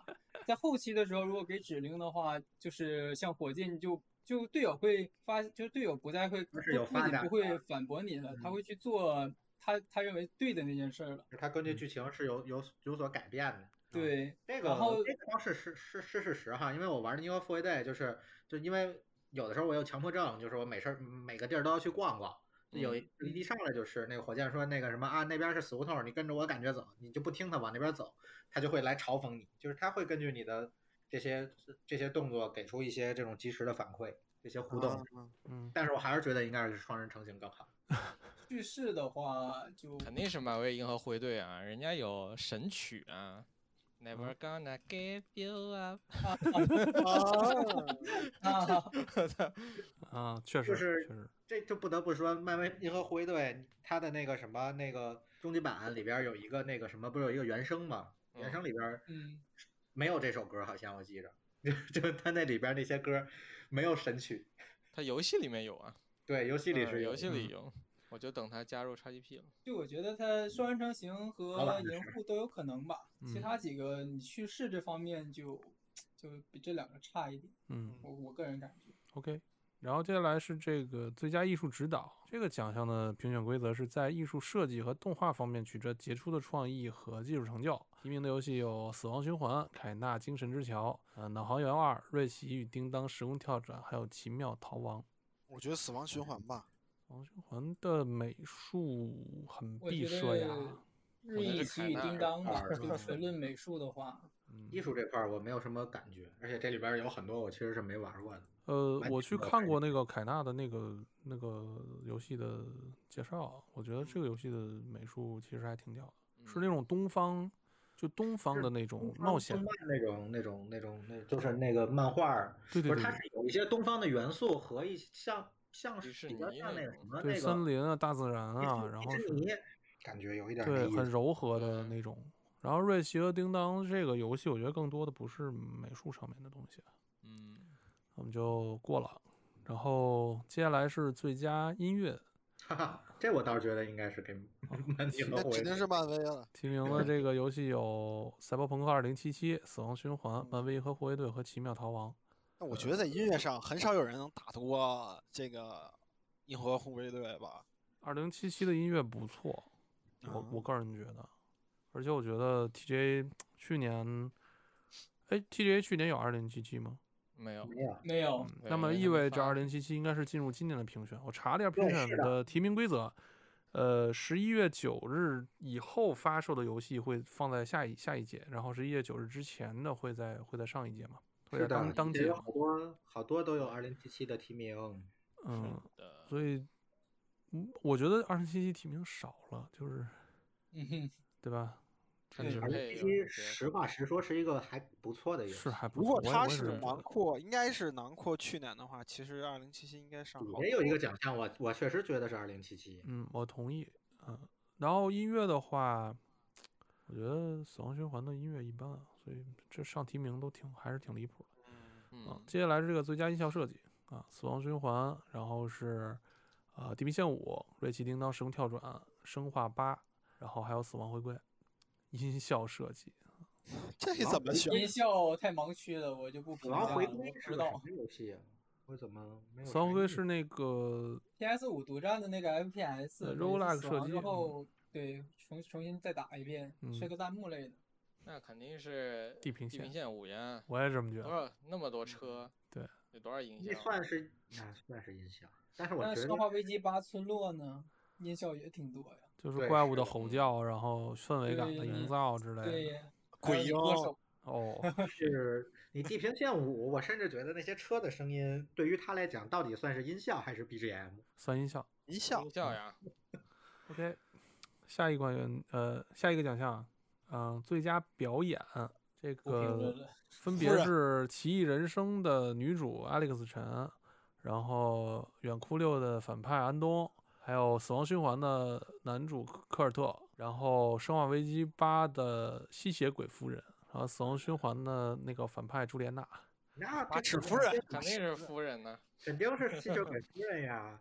S5: 在后期的时候，如果给指令的话，就是像火箭就。就队友会发，就是队友不再会不
S3: 而是有
S5: 不
S3: 发
S5: 仅
S3: 展
S5: 不
S3: 的
S5: 会反驳你了，他
S3: 嗯
S5: 会去做他他认为对的那件事儿了。
S3: 它根据剧情是有有有所改变的。
S5: 对，
S3: 这
S5: 然
S3: 个
S5: 后
S3: 这个倒是是是是事实哈，因为我玩的《银河护卫队》就是就因为有的时候我有强迫症，就是我每事儿每个地儿都要去逛逛。有
S2: 嗯
S3: 一
S5: 嗯
S3: 一上来就是那个火箭说那个什么啊，那边是死胡同，你跟着我感觉走，你就不听他往那边走，他就会来嘲讽你，就是他会根据你的这些这些动作给出一些这种及时的反馈，这些互
S5: 哦
S3: 动。
S1: [LAUGHS]
S4: 啊
S1: 嗯，
S3: 但是我还是觉得应该是双人成行更好。
S5: 叙事的话就
S2: 肯定是马未银河灰队啊，人家有神曲啊，Never
S1: 嗯
S2: gonna give you up，
S5: 啊，
S1: 啊，确实，
S3: 就
S1: 确
S3: 是
S1: 实，
S3: 这就不得不说，漫威银河护卫队它的那个什么那个终极版里边有一个那个什么，不是有一个原声吗？原
S2: 嗯
S3: 声里边
S5: 嗯，
S3: 没有这首歌，好像我记着， [LAUGHS] 就就它那里边那些歌没有神曲。
S2: 它游戏里面有啊，
S3: 对，游戏里
S2: 嗯
S3: 是有
S2: 游戏
S3: 的
S2: 里有，我就等它加入 XGP 了。
S5: 就我觉得它双人成行
S3: 老
S5: 和
S3: 板的
S5: 银
S3: 事
S5: 护都有可能吧，其
S1: 嗯
S5: 他几个你叙事这方面就就比这两个差一点，
S1: 嗯
S5: 我我个人感觉。
S1: ，OK。然后接下来是这个最佳艺术指导这个奖项的评选规则是在艺术设计和动画方面取得杰出的创意和技术成就。提名的游戏有《死亡循环》《凯纳精神之桥》呃《脑航员二》《瑞奇与叮当时空跳转》还有《奇妙逃亡》。
S4: [LAUGHS] 我觉得死亡循环吧，
S1: 王循环的美术很啊
S5: 我
S1: 闭
S5: 觉
S1: 塞
S5: 得
S1: 呀，
S5: 日
S2: 觉得
S5: 益
S2: 是
S5: 奇
S2: 凯
S5: 与
S2: 纳
S5: 叮
S2: 尔
S5: 当吧，
S3: 二
S5: 就是论美术的话，
S1: 嗯
S3: 艺术这块儿我没有什么感觉，而且这里边有很多我其实是没玩过的。
S1: 呃，
S3: 完
S1: 我
S3: 全
S1: 去
S3: 没有
S1: 看
S3: 概
S1: 过那个凯纳的那个那个游戏的介绍，啊我觉得这个游戏的美术其实还挺屌的，是那
S2: 嗯
S1: 种东方，就东方
S3: 是
S1: 的那种嗯冒险
S3: 动，漫那种那种那种那就是那个漫画儿，
S1: 对对
S3: 不是
S1: 对
S3: 它是有一些东方的元素和一些像像
S2: 迪
S3: 是
S2: 士
S3: 比较
S2: 尼
S3: 像
S2: 那
S3: 那个
S2: 种
S3: 什么
S1: 对
S3: 那个
S1: 森林啊、大自然啊，然后
S3: 迪士
S1: 是
S3: 尼感觉有一点儿那
S1: 对
S3: 意
S1: 很
S3: 思
S1: 柔和的
S2: 嗯
S1: 那种。然后《瑞奇和叮当》这个游戏，我觉得更多的不是美术上面的东西，
S2: 嗯，
S1: 我们就过了。然后接下来是最佳音乐，
S3: 哈哈， [LAUGHS] 这我倒是觉得应该是给漫天
S4: 那
S3: 和
S4: 肯定是漫威了。
S1: 提名的这个游戏有《赛博朋克2077》《死亡循环》《漫威银河护卫队》和《奇妙逃亡》。
S4: 那我觉得在音乐上很少有人能打多这个银河护卫队吧。
S1: 二零七七的音乐不错，我我个人觉得，而且我觉得 TJ 去年，哎，TJ 去年有二零七七吗？
S2: 没有，
S3: 没有
S5: 没有，
S1: 嗯，
S2: 对
S1: 那么
S2: 没
S1: 意
S2: 怎么
S1: 味着二
S2: 发
S1: 零七七应该是进入今年的评选。我查了一下评
S3: 对
S1: 选
S3: 是的
S1: 的提名规则，呃，十一月九日以后发售的游戏会放在下一下一届，然后十一月九日之前的会在会在上一届嘛，会在
S3: 是的，
S1: 当当
S3: 也
S1: 届
S3: 有
S1: 嘛。
S3: 好多好多都有二零七七的提名，
S1: 嗯，
S2: 的，
S1: 所以，嗯，我觉得二零七七提名少了，就是
S5: 嗯哼，
S1: 对吧？这
S2: 对
S1: 就
S3: 二
S2: 而
S1: 是
S2: 且
S3: 零七
S2: 这
S3: 七
S2: 个
S3: 实话实说是一个还不错的游戏
S1: 是，还不
S4: 如
S1: 错。
S4: 果
S1: 我也
S4: 它
S1: 我也
S4: 是
S1: 这么觉
S4: 囊
S1: 得
S4: 括，应该是囊括去年的话，其实二零七七应该上好
S3: 也有一
S4: 多
S3: 个奖项我我确实觉得是二零七七，
S1: 嗯，我同意。嗯，然后音乐的话，我觉得《死亡循环》的音乐一般啊，所以这上提名都挺还是挺离谱的。啊
S2: 嗯，
S1: 接下来是这个最佳音效设计啊，《死亡循环》，然后是啊，呃《地平线五》《瑞奇叮当时空跳转》《生化八》，然后还有《死亡回归》。音效设计，
S4: 这怎么选？
S5: 音效太盲区了，我就不
S3: 死
S5: 评价
S3: 亡回
S5: 了，
S3: 归
S5: 我
S3: 是
S5: 知
S3: 个什
S5: 道
S3: 么。游戏啊？我怎么没有？
S1: 死亡回归是那个
S5: PS 五独占的那个 FPS，
S1: 呃
S5: 每次
S1: roguelike
S5: 死
S1: 射
S5: 亡
S1: 击
S5: 之后，对，重重新再打一遍，
S1: 嗯
S5: 设个弹幕类的。
S2: 那肯定是
S1: 地平
S2: 地平
S1: 线
S2: 线五呀，
S1: 我也这么觉
S2: 多
S1: 得。
S2: 少那么多车，
S1: 对，
S2: 有多少影
S3: 那
S2: 响？
S3: 算是那算是音响，但是我
S5: 那
S3: 觉
S5: 《
S3: 得
S5: 生化危机八：村落》呢，音效也挺多呀。
S1: 就是
S3: 对
S1: 怪
S3: 是
S1: 物的
S3: 的
S1: 吼叫，然后氛围感的营
S5: 对
S1: 造之类
S5: 对
S1: 的。
S5: 呀，还
S4: 鬼
S5: 有
S4: 婴
S5: 歌手，
S1: 哦，
S3: [LAUGHS] 是你地平线五，我甚至觉得那些车的声音对于他来讲，到底算是音效还是 BGM？
S1: 三音效。
S4: 一笑
S2: 音，效呀，
S1: OK，下一官员，呃，下一个奖项，嗯、最佳表演，这
S5: 我评
S1: 个
S5: 论了。
S1: 分
S4: 夫
S1: 别
S4: 人
S2: [LAUGHS]
S1: 是《奇异人生》的女主 Alex 陈，然后《远哭六》的反派安东，还有《死亡循环》的男主科尔特，然后《生化危机八》的吸血鬼夫人，然后《死亡循环》的那个反派朱莲娜。
S3: 那
S4: 八
S3: 这
S4: 尺
S3: 肯
S4: 夫人
S3: 定
S2: 肯定是夫人呢，
S3: 肯定是吸血
S1: [LAUGHS]
S3: 鬼夫人呀。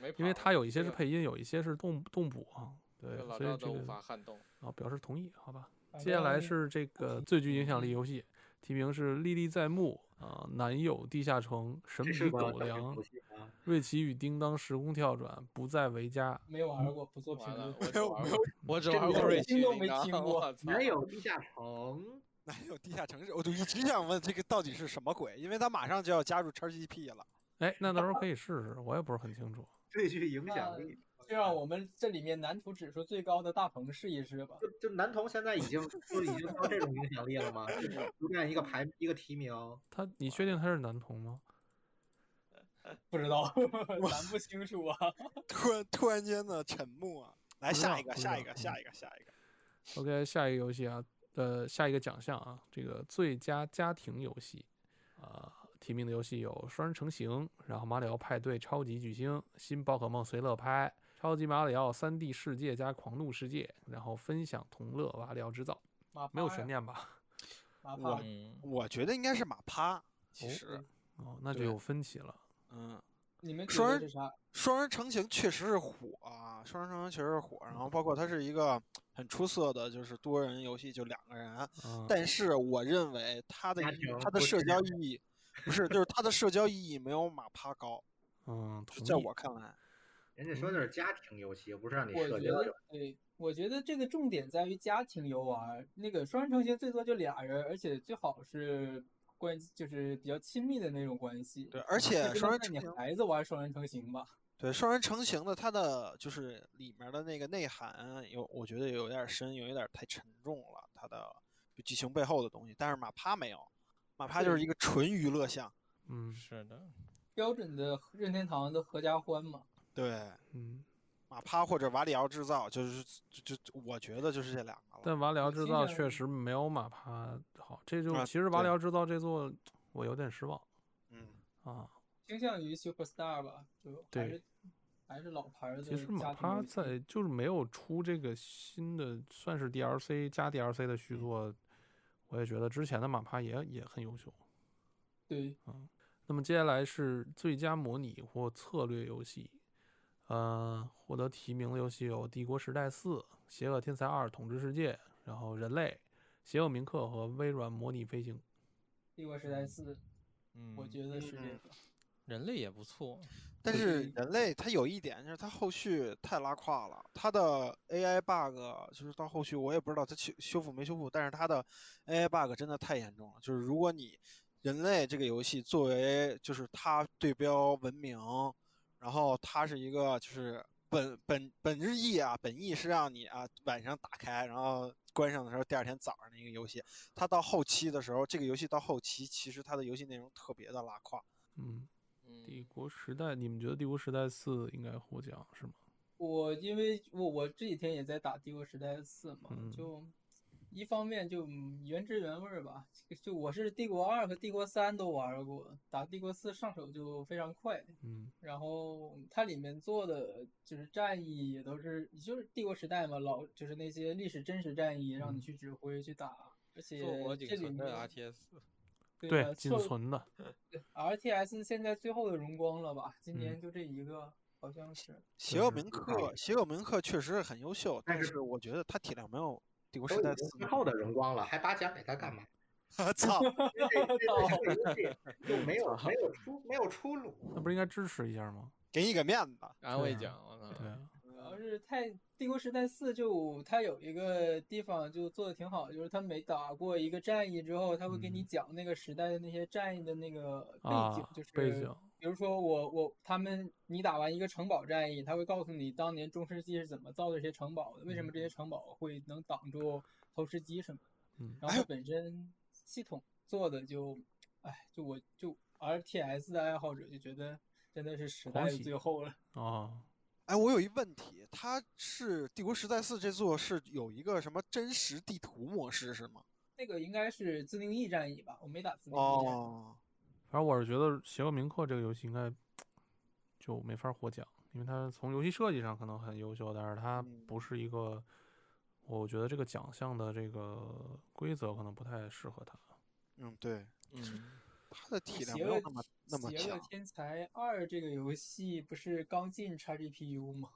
S2: 没
S1: 因为
S2: 跑
S1: 它有一些
S2: 这
S1: 是
S2: 个
S1: 配音，有一些是动动捕啊，对
S2: 这个，老
S1: 所以
S2: 赵
S1: 这
S2: 都无
S1: 个
S2: 法撼动。
S1: 啊表示同意，好吧。
S5: 反
S1: 接下来
S5: 正
S1: 是这个最具影响
S5: 嗯
S1: 力游戏，提名是《历历在目》啊，《男友地下城》《神
S3: 这是
S1: 笔
S3: 个
S1: 狗
S3: 小啊
S1: 粮
S3: 游》戏吗？
S1: 《瑞奇与叮当时空跳转》《不再为家》
S5: 没
S1: 嗯
S5: 玩过，不做评
S2: 完了
S5: 论，。
S2: 我只
S4: 有
S2: 玩
S4: 没
S2: 过，我只
S5: 这
S2: 玩
S5: 个
S2: 过
S5: 我
S2: 瑞
S5: 听
S2: 奇
S5: 都
S2: 铃
S5: 没
S2: 铛
S5: 听过
S2: 我操
S3: 没有地下城，
S4: 哎 [LAUGHS] 哪有地下城市？我就一直想问这个到底是什么鬼，因为它马上就要加入 XGP 了。
S1: 哎，那到时候可以试试，我也不是很清楚。
S3: 最具影响力。
S5: 就让我们这里面难图指数最高的大鹏试一试吧。
S3: 就就男童现在已
S5: [LAUGHS]
S3: 经就已经到这种影响力了吗？就是逐渐一个排一个提名，
S1: 他，你确定他是男童吗？
S5: 不知道， [LAUGHS] 咱不清
S1: [LAUGHS]
S5: 楚啊。
S4: 突然 [LAUGHS] 突然间的沉默啊！来
S1: 不知道
S4: 下一个，
S1: 不知
S4: 下
S1: 道嗯
S4: 一个，下一个，下一个。
S1: OK，下一个游戏啊，呃，下一个奖项啊，这个最佳家庭游戏啊、提名的游戏有《双人成行》，然后《马里奥派对超级巨星》、《新宝可梦随乐拍》、《超级马里奥 3D 世界》加《狂怒世界》，然后分享同乐瓦里奥制造，
S5: 马
S1: 没有
S4: 哎
S5: 趴
S1: 悬
S5: 呀，
S1: 念吧？
S5: 马
S4: 我
S5: 趴
S2: 嗯，
S4: 我觉得应该是马趴，其实，
S1: 哦，那就
S4: 对
S1: 有分歧了。
S4: 嗯，
S5: 你们觉
S4: 双
S5: 得
S4: 人
S5: 是啥？
S4: 双人成行确实是火啊，双人成行确实是火。然后包括它是一个很出色的，就是多人游戏，就两个人。
S1: 嗯，
S4: 但是我认为它的
S3: 家
S4: 意
S3: 庭
S4: 它的
S3: 不
S4: 社
S3: 是
S4: 交意义不是，就是它的社交意义没有马趴高，
S1: 嗯，
S4: 就
S1: 同
S4: 在
S1: 意
S4: 我看来，
S3: 人家说的是家庭游戏，不是让你
S5: 我
S3: 社
S5: 觉
S3: 交
S5: 得
S3: 游，
S5: 对，我觉得这个重点在于家庭游玩儿。那个双人成行最多就俩人，而且最好是关就是比较亲密的那种关系。
S4: 对，而
S1: [LAUGHS]
S5: 那
S4: 且
S5: 不
S4: 双人
S5: 能带
S4: 成
S5: 你
S4: 行
S5: 孩子玩双人成行吧？
S4: 对双人成行的它的就是里面的那个内涵有，我觉得有点深，有一点太沉重了，它的就剧情背后的东西。但是马趴没有，马趴就是
S5: 对
S4: 一个纯娱乐项，
S1: 嗯
S2: 是的，
S5: 标准的任天堂的合家欢嘛。
S4: 对。
S1: 嗯，
S4: 马趴或者瓦里奥制造，就是就就我觉得就是这两个了。
S1: 但瓦里奥
S5: 我
S1: 制
S5: 听
S1: 造
S5: 着
S1: 确实没有马趴好，这就
S4: 啊
S1: 其实瓦里
S4: 对
S1: 奥制造这座我有点失望
S4: 嗯，
S1: 啊。
S5: 倾向于 Superstar 吧，就还
S1: 对
S5: 是还是老牌儿的家
S1: 其
S5: 嗯庭游戏。
S1: 实马趴在就是没有出这个新的，算是 DLC 加 DLC 的
S5: 嗯
S1: 续作，我也觉得之前的马趴也也很优秀。
S5: 对
S1: 那么接下来是最佳模拟或策略游戏，呃，获得提名的游戏有《帝国时代四》《邪恶天才二：统治世界》，然后《人类》《邪恶铭刻》和《微软模拟飞行》。嗯
S5: 帝国时代四，
S2: 嗯，
S5: 我觉得是这
S4: 嗯
S5: 个。
S2: 人类也不错，
S4: 但是
S5: 对
S4: 人类它有一点就是它后续太拉胯了，它的 AI bug 就是到后续我也不知道它修修复没修复，但是它的 AI bug 真的太严重了。就是如果你人类这个游戏作为就是它对标文明，然后它是一个就是本本本日意啊，本意是让你啊晚上打开，然后关上的时候第二天早上的一个游戏，它到后期的时候，这个游戏到后期其实它的游戏内容特别的拉胯。
S1: 嗯，《帝
S2: 嗯，
S1: 国时代》，你们觉得《帝国时代四》应该获奖是吗？
S5: 我因为我我这几天也在打《帝国时代四》嘛，
S1: 嗯
S5: 就一方面就嗯原汁原味儿吧，就就我是帝国二和帝国三都玩过，打帝国四上手就非常快。
S1: 嗯
S5: 然后它里面做的就是战役也都是，就是帝国时代嘛，老就是那些历史真实战役，让你
S1: 嗯
S5: 去指挥去打，而且
S2: 做我仅
S5: 这里
S2: 存的
S5: 面
S2: RTS，
S5: 对啊吧
S1: 仅
S5: 错
S1: 存的。
S5: RTS 现在最后的荣光了吧？今
S1: 嗯
S5: 年就这一个，好像是。
S4: 邪
S1: 对
S4: 恶
S1: 是
S4: 铭
S3: 不
S4: 刻
S3: 太一样，
S4: 邪恶铭刻确实很优秀，但
S3: 但是
S4: 是我觉得它体量没有帝国
S3: 都
S4: 时代
S3: 已经
S4: 四
S3: 最后的荣光了，还把奖给他
S5: [LAUGHS]
S3: 干嘛？
S4: 那。操，
S3: 因为这这这个游戏就没
S1: [LAUGHS]
S3: 有没有出没有出路。
S1: 那不是应该支持一下吗？
S4: 给你个面子。
S2: 安
S1: 对
S2: 慰
S1: 啊
S2: 奖，我操
S5: 嗯
S1: 对，啊，
S5: 主要是太《帝国时代四》就它有一个地方就做的挺好，就是它每打过一个战役之后，它会给你
S1: 嗯
S5: 讲那个时代的那些战役的那个背景，
S1: 啊
S5: 就是
S1: 背景，
S5: 比如说我我他们你打完一个城堡战役，他会告诉你当年中世纪是怎么造这些城堡的，为什么这些城堡会能挡住投石机什么的。
S1: 嗯
S5: 然后它本身系统做的就，哎，就我就 RTS 的爱好者就觉得真的是时
S1: 狂
S5: 代的
S1: 喜
S5: 最后了。
S1: 哦，
S4: 哎，我有一问题，它是帝国时代四这座是有一个什么真实地图模式是吗？
S5: 那个应该是自定义战役吧，我没打自定义战役。
S4: 哦，
S1: 反正我是觉得《邪恶铭刻》这个游戏应该就没法获奖，因为它从游戏设计上可能很优秀，但是它
S4: 嗯
S1: 不是一个，我觉得这个奖项的这个规则可能不太适合它。
S4: 嗯，对，
S2: 嗯，
S4: 它的体量没
S5: 邪
S4: 有
S5: 恶
S4: 那么那么
S5: 邪恶
S4: 强。
S5: 天才二这个游戏不是刚进 XGPU 吗？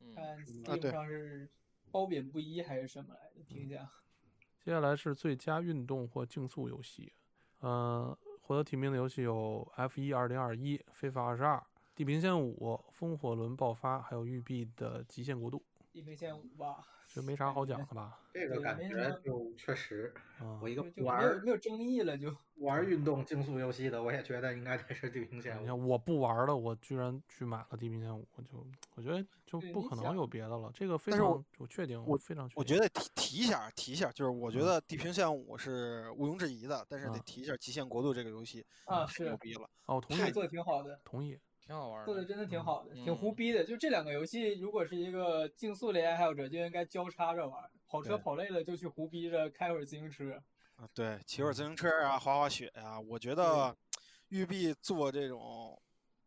S2: 嗯，
S5: 看
S3: 嗯
S5: Steam
S4: 对
S5: 上是褒贬不一还是什么来的评价？
S1: 接下来是最佳运动或竞速游戏，呃，获得提名的游戏有《F 一二零二一》《非法二十二》《地平线五》《风火轮爆发》，还有育碧的《极限国度》。
S5: 地平线五吧，
S1: 这没啥好讲的吧？
S3: 这个
S5: 对
S3: 感
S5: 没什
S3: 觉
S5: 么
S3: 就确实，
S1: 啊
S3: [LAUGHS] 我，一个
S5: 就就
S3: 玩
S5: 没有
S3: 儿
S5: 没有争议了就。
S3: 玩儿运动竞速游戏的，我也觉得应该得是地平线
S1: 你
S3: 五。
S1: 看我不玩了，我居然去买了地平线五，我就我觉得就
S5: 对
S1: 不
S5: 你
S1: 可能
S5: 想
S1: 有别的了。这个非
S4: 但是我
S1: 常我确定，
S4: 我
S1: 非常确定。
S4: 我觉得提提一下，提一下，就是我觉
S1: 嗯
S4: 得《地平线五》是毋庸置疑的，但是得
S1: 啊
S4: 提一下《极限国度》这个游戏
S5: 啊
S4: 太牛
S5: 是
S4: 逼了。
S1: 哦，我同
S5: 是
S1: 意
S5: 做的挺好的，
S1: 同意，
S2: 挺好玩
S5: 做的
S2: 的。
S5: 真的挺
S1: 嗯
S5: 好的，挺胡
S2: 嗯
S5: 逼的。就这两个游戏，如果是一个竞速类爱好者，就应该交叉着玩儿。跑车
S1: 对
S5: 跑累了就去胡逼着开会儿自行车。
S4: 啊，对，骑会儿自
S1: 嗯
S4: 行车啊，滑滑雪呀、我觉得育碧做这种、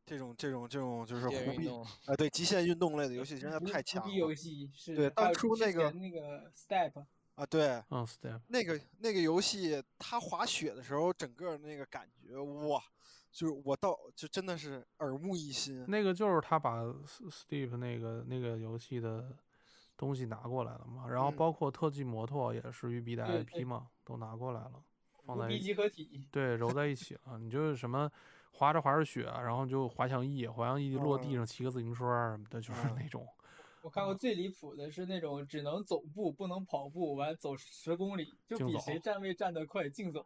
S4: 这种、这种、这种就是
S2: 极限
S4: 胡
S2: 运
S4: 逼
S2: 动
S4: 啊、对极限运动类的游戏，真的
S5: 胡
S4: 太
S5: 胡
S4: 强
S5: 逼游
S4: 了
S5: 戏是
S4: 对
S5: 还
S4: 当
S5: 有
S4: 初
S5: 之
S4: 那个
S5: 前那个 Step，
S4: 啊！对，
S1: 嗯，Step，
S4: 那个那个游戏，它滑雪的时候，整个那个感觉哇，就是我到就真的是耳目一新。
S1: 那个就是他把 S- Steve 那个那个游戏的东西拿过来了嘛，然后
S4: 嗯
S1: 包括特技摩托也是育碧的
S5: 对对
S1: IP 嘛，都拿过来了，放
S5: 胡
S1: 在
S5: 逼集合体。
S1: 对揉在一起了。你就是什么滑着滑着雪，啊然后就滑翔翼，滑翔翼落地
S4: 嗯
S1: 上骑个自行车儿什么的，就是
S4: 嗯
S1: 那种。
S5: 我看过最离谱的是那种只能走步不能跑步，完走十公里，就
S1: 竞
S5: 比
S1: 走
S5: 谁站位站得快，竞走，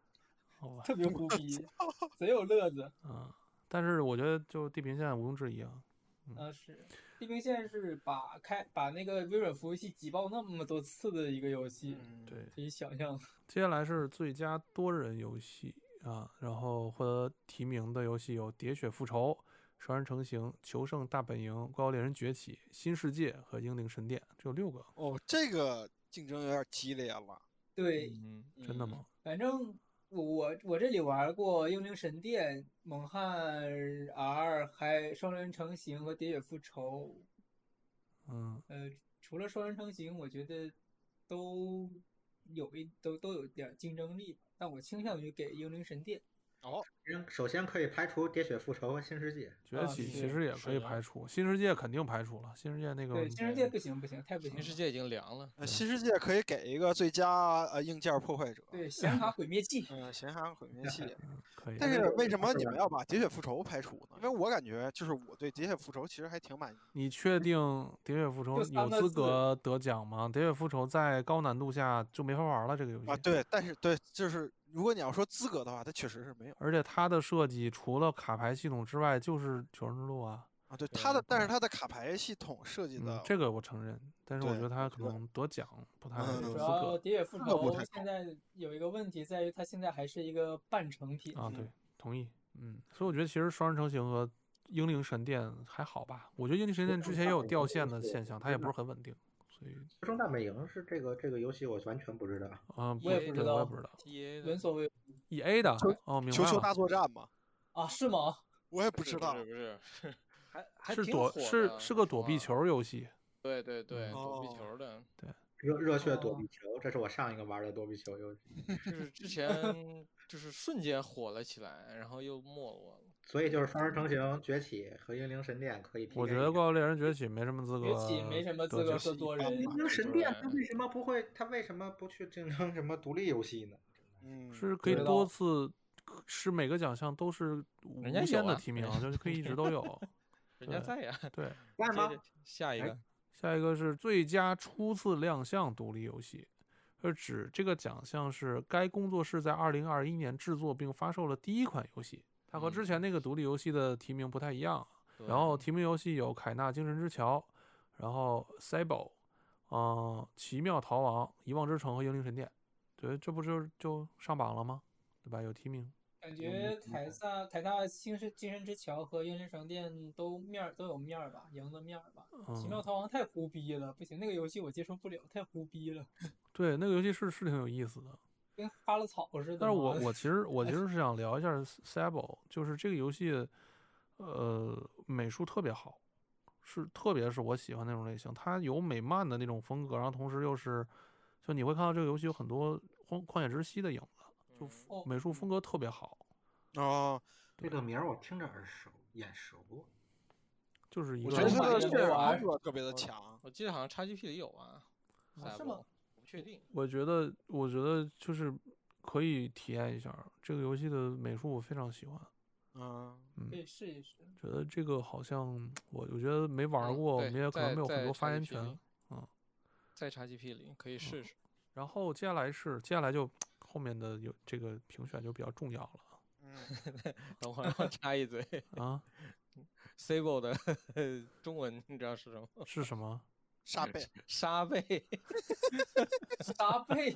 S1: 好吧，
S5: 特别
S4: [LAUGHS]
S5: 胡逼，贼有乐子。
S1: 嗯，但是我觉得就地平线毋庸置疑啊，
S5: 啊，是地平线是把开把那个微软服务器挤爆那么多次的一个游戏，
S4: 嗯，
S1: 对。
S5: 可以想象。
S1: 接下来是最佳多人游戏啊，然后获得提名的游戏有《喋血复仇》《蛇人成行》《求胜大本营》《怪物猎人崛起》《新世界》和《英灵神殿》，这有六个，
S4: 哦，这个竞争有点激烈了。
S5: 对，
S2: 嗯，
S1: 真的
S5: 嗯？
S1: 吗？
S5: 反正我我我这里玩过《幽灵神殿》《猛汉 R》，还《双人成行》和《喋血复仇》。
S1: 嗯，
S5: 呃，除了《双人成行》，我觉得都有一都都有点竞争力吧，但我倾向于给《幽灵神殿》。
S4: 哦，
S3: 先首先可以排除《喋血复仇》和《新世界》，
S1: 崛
S5: 啊
S1: 起其
S5: 是
S1: 实也可以
S2: 的
S1: 排除，《新世界》肯定排除了，《新世界》那个嗯
S5: 对，《新世界》
S2: 对
S5: 不行不行，太不行
S2: 全世
S5: 了。
S2: 界已经凉了。
S4: 呃，新世界可以给一个最佳呃硬件破坏者。
S5: 对，显卡毁灭器。
S4: 嗯，咸海毁灭器。
S1: 可以，
S4: 但是为什么
S3: 是
S4: 你
S3: 吧
S4: 们要把《喋血复仇》排除呢？因为我感觉就是我对《喋血复仇》其实还挺满意。
S1: 你确定《喋血复仇
S5: 就》三
S1: 有
S5: 个
S1: 资
S5: 字
S1: 格得奖吗？《喋血复仇》在高难度下就没法玩了，这个游戏
S4: 啊，对，但是对，就是如果你要说资格的话，它确实是没有
S1: 而且它的设计除了卡牌系统之外，就是《求生之路》啊。
S4: 啊。对它的，但是它的卡牌系统设计的，
S1: 嗯，这个我承认，但是我
S4: 对
S1: 觉得他
S4: 我
S1: 可
S4: 觉得
S1: 能得奖不太
S4: 嗯
S1: 有
S5: 主
S1: 资
S5: 要《
S1: 格
S5: 喋血复
S4: 那
S5: 仇
S4: 不太》
S5: 现在有一个问题在于，它现在还是一个半成品
S1: 啊。
S5: 嗯
S1: 对，同意。嗯，所以我觉得其实《双人成行》和《英灵神殿》还好吧。我觉得《英灵神
S3: 我
S1: 殿》
S3: 看
S1: 之前也
S3: 它
S1: 有
S3: 每
S1: 掉
S3: 个
S1: 线
S3: 都
S1: 的
S3: 是
S1: 现象，它也不是
S3: 那
S1: 很稳定，所以
S3: 《求生大本营》是这个这个游戏，我完全不知道。
S1: 嗯、不
S5: 我也
S1: 对
S5: 不
S1: 我
S5: 知
S1: 也
S5: 道
S1: 不知道。
S2: T A
S5: 闻所未闻
S1: E A 的
S4: 球
S1: 哦，明白
S4: 球球
S1: 了
S4: 大，作战嘛，
S5: 啊？是吗？
S4: 我也不知道
S2: 不。是不是，还还
S1: 是
S2: 挺
S1: 躲
S2: 火
S1: 是
S2: 的
S1: 是个躲
S5: 啊
S1: 避。
S2: 说
S1: 球游戏。
S2: 对对对，躲避
S4: 哦
S2: 球的，
S3: 热热血躲
S5: 哦
S3: 避球，这是我上一个玩的躲避球游戏，
S2: 就是之前就是瞬间火了起来，然后又没落了。
S3: 所以就是《双人成行》《崛起》和《英灵神殿》可以。
S1: 我觉得《怪物猎人崛起》没什么资格，
S5: 崛起没什么资格说
S4: 一般
S5: 多人
S4: 吧
S3: 英灵神
S2: 对
S3: 殿他为什么不会？他为什么不去竞争什么独立游戏 [LAUGHS] 呢？
S4: 嗯，
S1: 是可以
S5: 知
S1: 多
S5: 道
S1: 次，是每个奖项都是无
S2: 家有
S1: 限的
S2: 啊
S1: 提
S2: 人
S1: 名，
S2: [LAUGHS] 家
S1: 就是可以一直都有。
S2: 人家
S1: 对
S2: 在呀，
S1: 对，
S3: 在
S2: 接
S3: 吗？
S2: 着 [LAUGHS] 下一
S3: 哎
S2: 个，
S1: 下一个是最佳初次亮相独立游戏，是指这个奖项是该工作室在二零二一年制作并发售了第一款游戏。它和
S2: 嗯
S1: 之前那个独立游戏的提名不太一样。
S2: 对
S1: 然后提名游戏有《凯纳精神之桥》，然后《c y b e r 嗯、奇妙逃亡》、《遗忘之城》和《英灵神殿》。对，这不就是就上榜了吗？对吧？有提名。
S5: 感觉台大台大精神精神之桥和英灵神殿都面儿都有面儿吧，赢的面儿吧。奇妙
S1: 嗯，
S5: 逃亡太胡逼了，不行，那个游戏我接受不了，太胡逼了，
S1: 对，那个游戏是是挺有意思的。
S5: 跟哈了草似的嘛。
S1: 但是
S2: 哦
S1: 我我其实我其
S2: 哎
S1: 实是想聊一下 s a b o 就是这个游戏，呃，美术特别好，是特别是我喜欢那种类型，它有美漫的那种风格，然后同时又是，就你会看到这个游戏有很多荒旷野之息的影子，
S2: 嗯
S1: 就
S5: [LAUGHS] 哦
S1: 美术风格特别好，
S4: 哦，
S3: 这个名儿我听着耳熟，眼熟。
S1: 就是一
S4: 我
S1: 个
S4: 觉得
S5: 正
S4: 它
S5: 版
S4: 的
S5: 也
S4: 渲
S5: 没玩
S4: 染
S5: 儿
S4: 风格特
S1: [LAUGHS]
S4: 别的强。
S2: 我记得好像 XGP 里有啊，
S5: 啊是
S2: Cyborg
S5: 吗？
S2: 不确定。
S1: 我觉得我觉得就是可以体验一下这个游戏的美术，我非常喜欢， [LAUGHS]
S4: 嗯，
S1: 嗯
S5: 可。以试一试。
S1: 觉得这个好像我我觉得没玩儿
S2: 嗯
S1: 过，我
S2: 对
S1: 们也可能
S2: 在
S1: 没有很
S2: 在
S1: 多发言
S2: XGP 里
S1: 权。嗯，
S2: 在 XGP 里可以试试。
S1: 然后接下来是接下来就后面的有这个评选就比较重要了
S4: 嗯，
S2: 等会儿我插一嘴 [LAUGHS]
S1: 啊，
S2: ，Sable 的 [LAUGHS] 中文你知道是什么吗？ [LAUGHS]
S1: 是什么？
S4: 沙贝，
S2: 沙贝，
S5: 沙贝，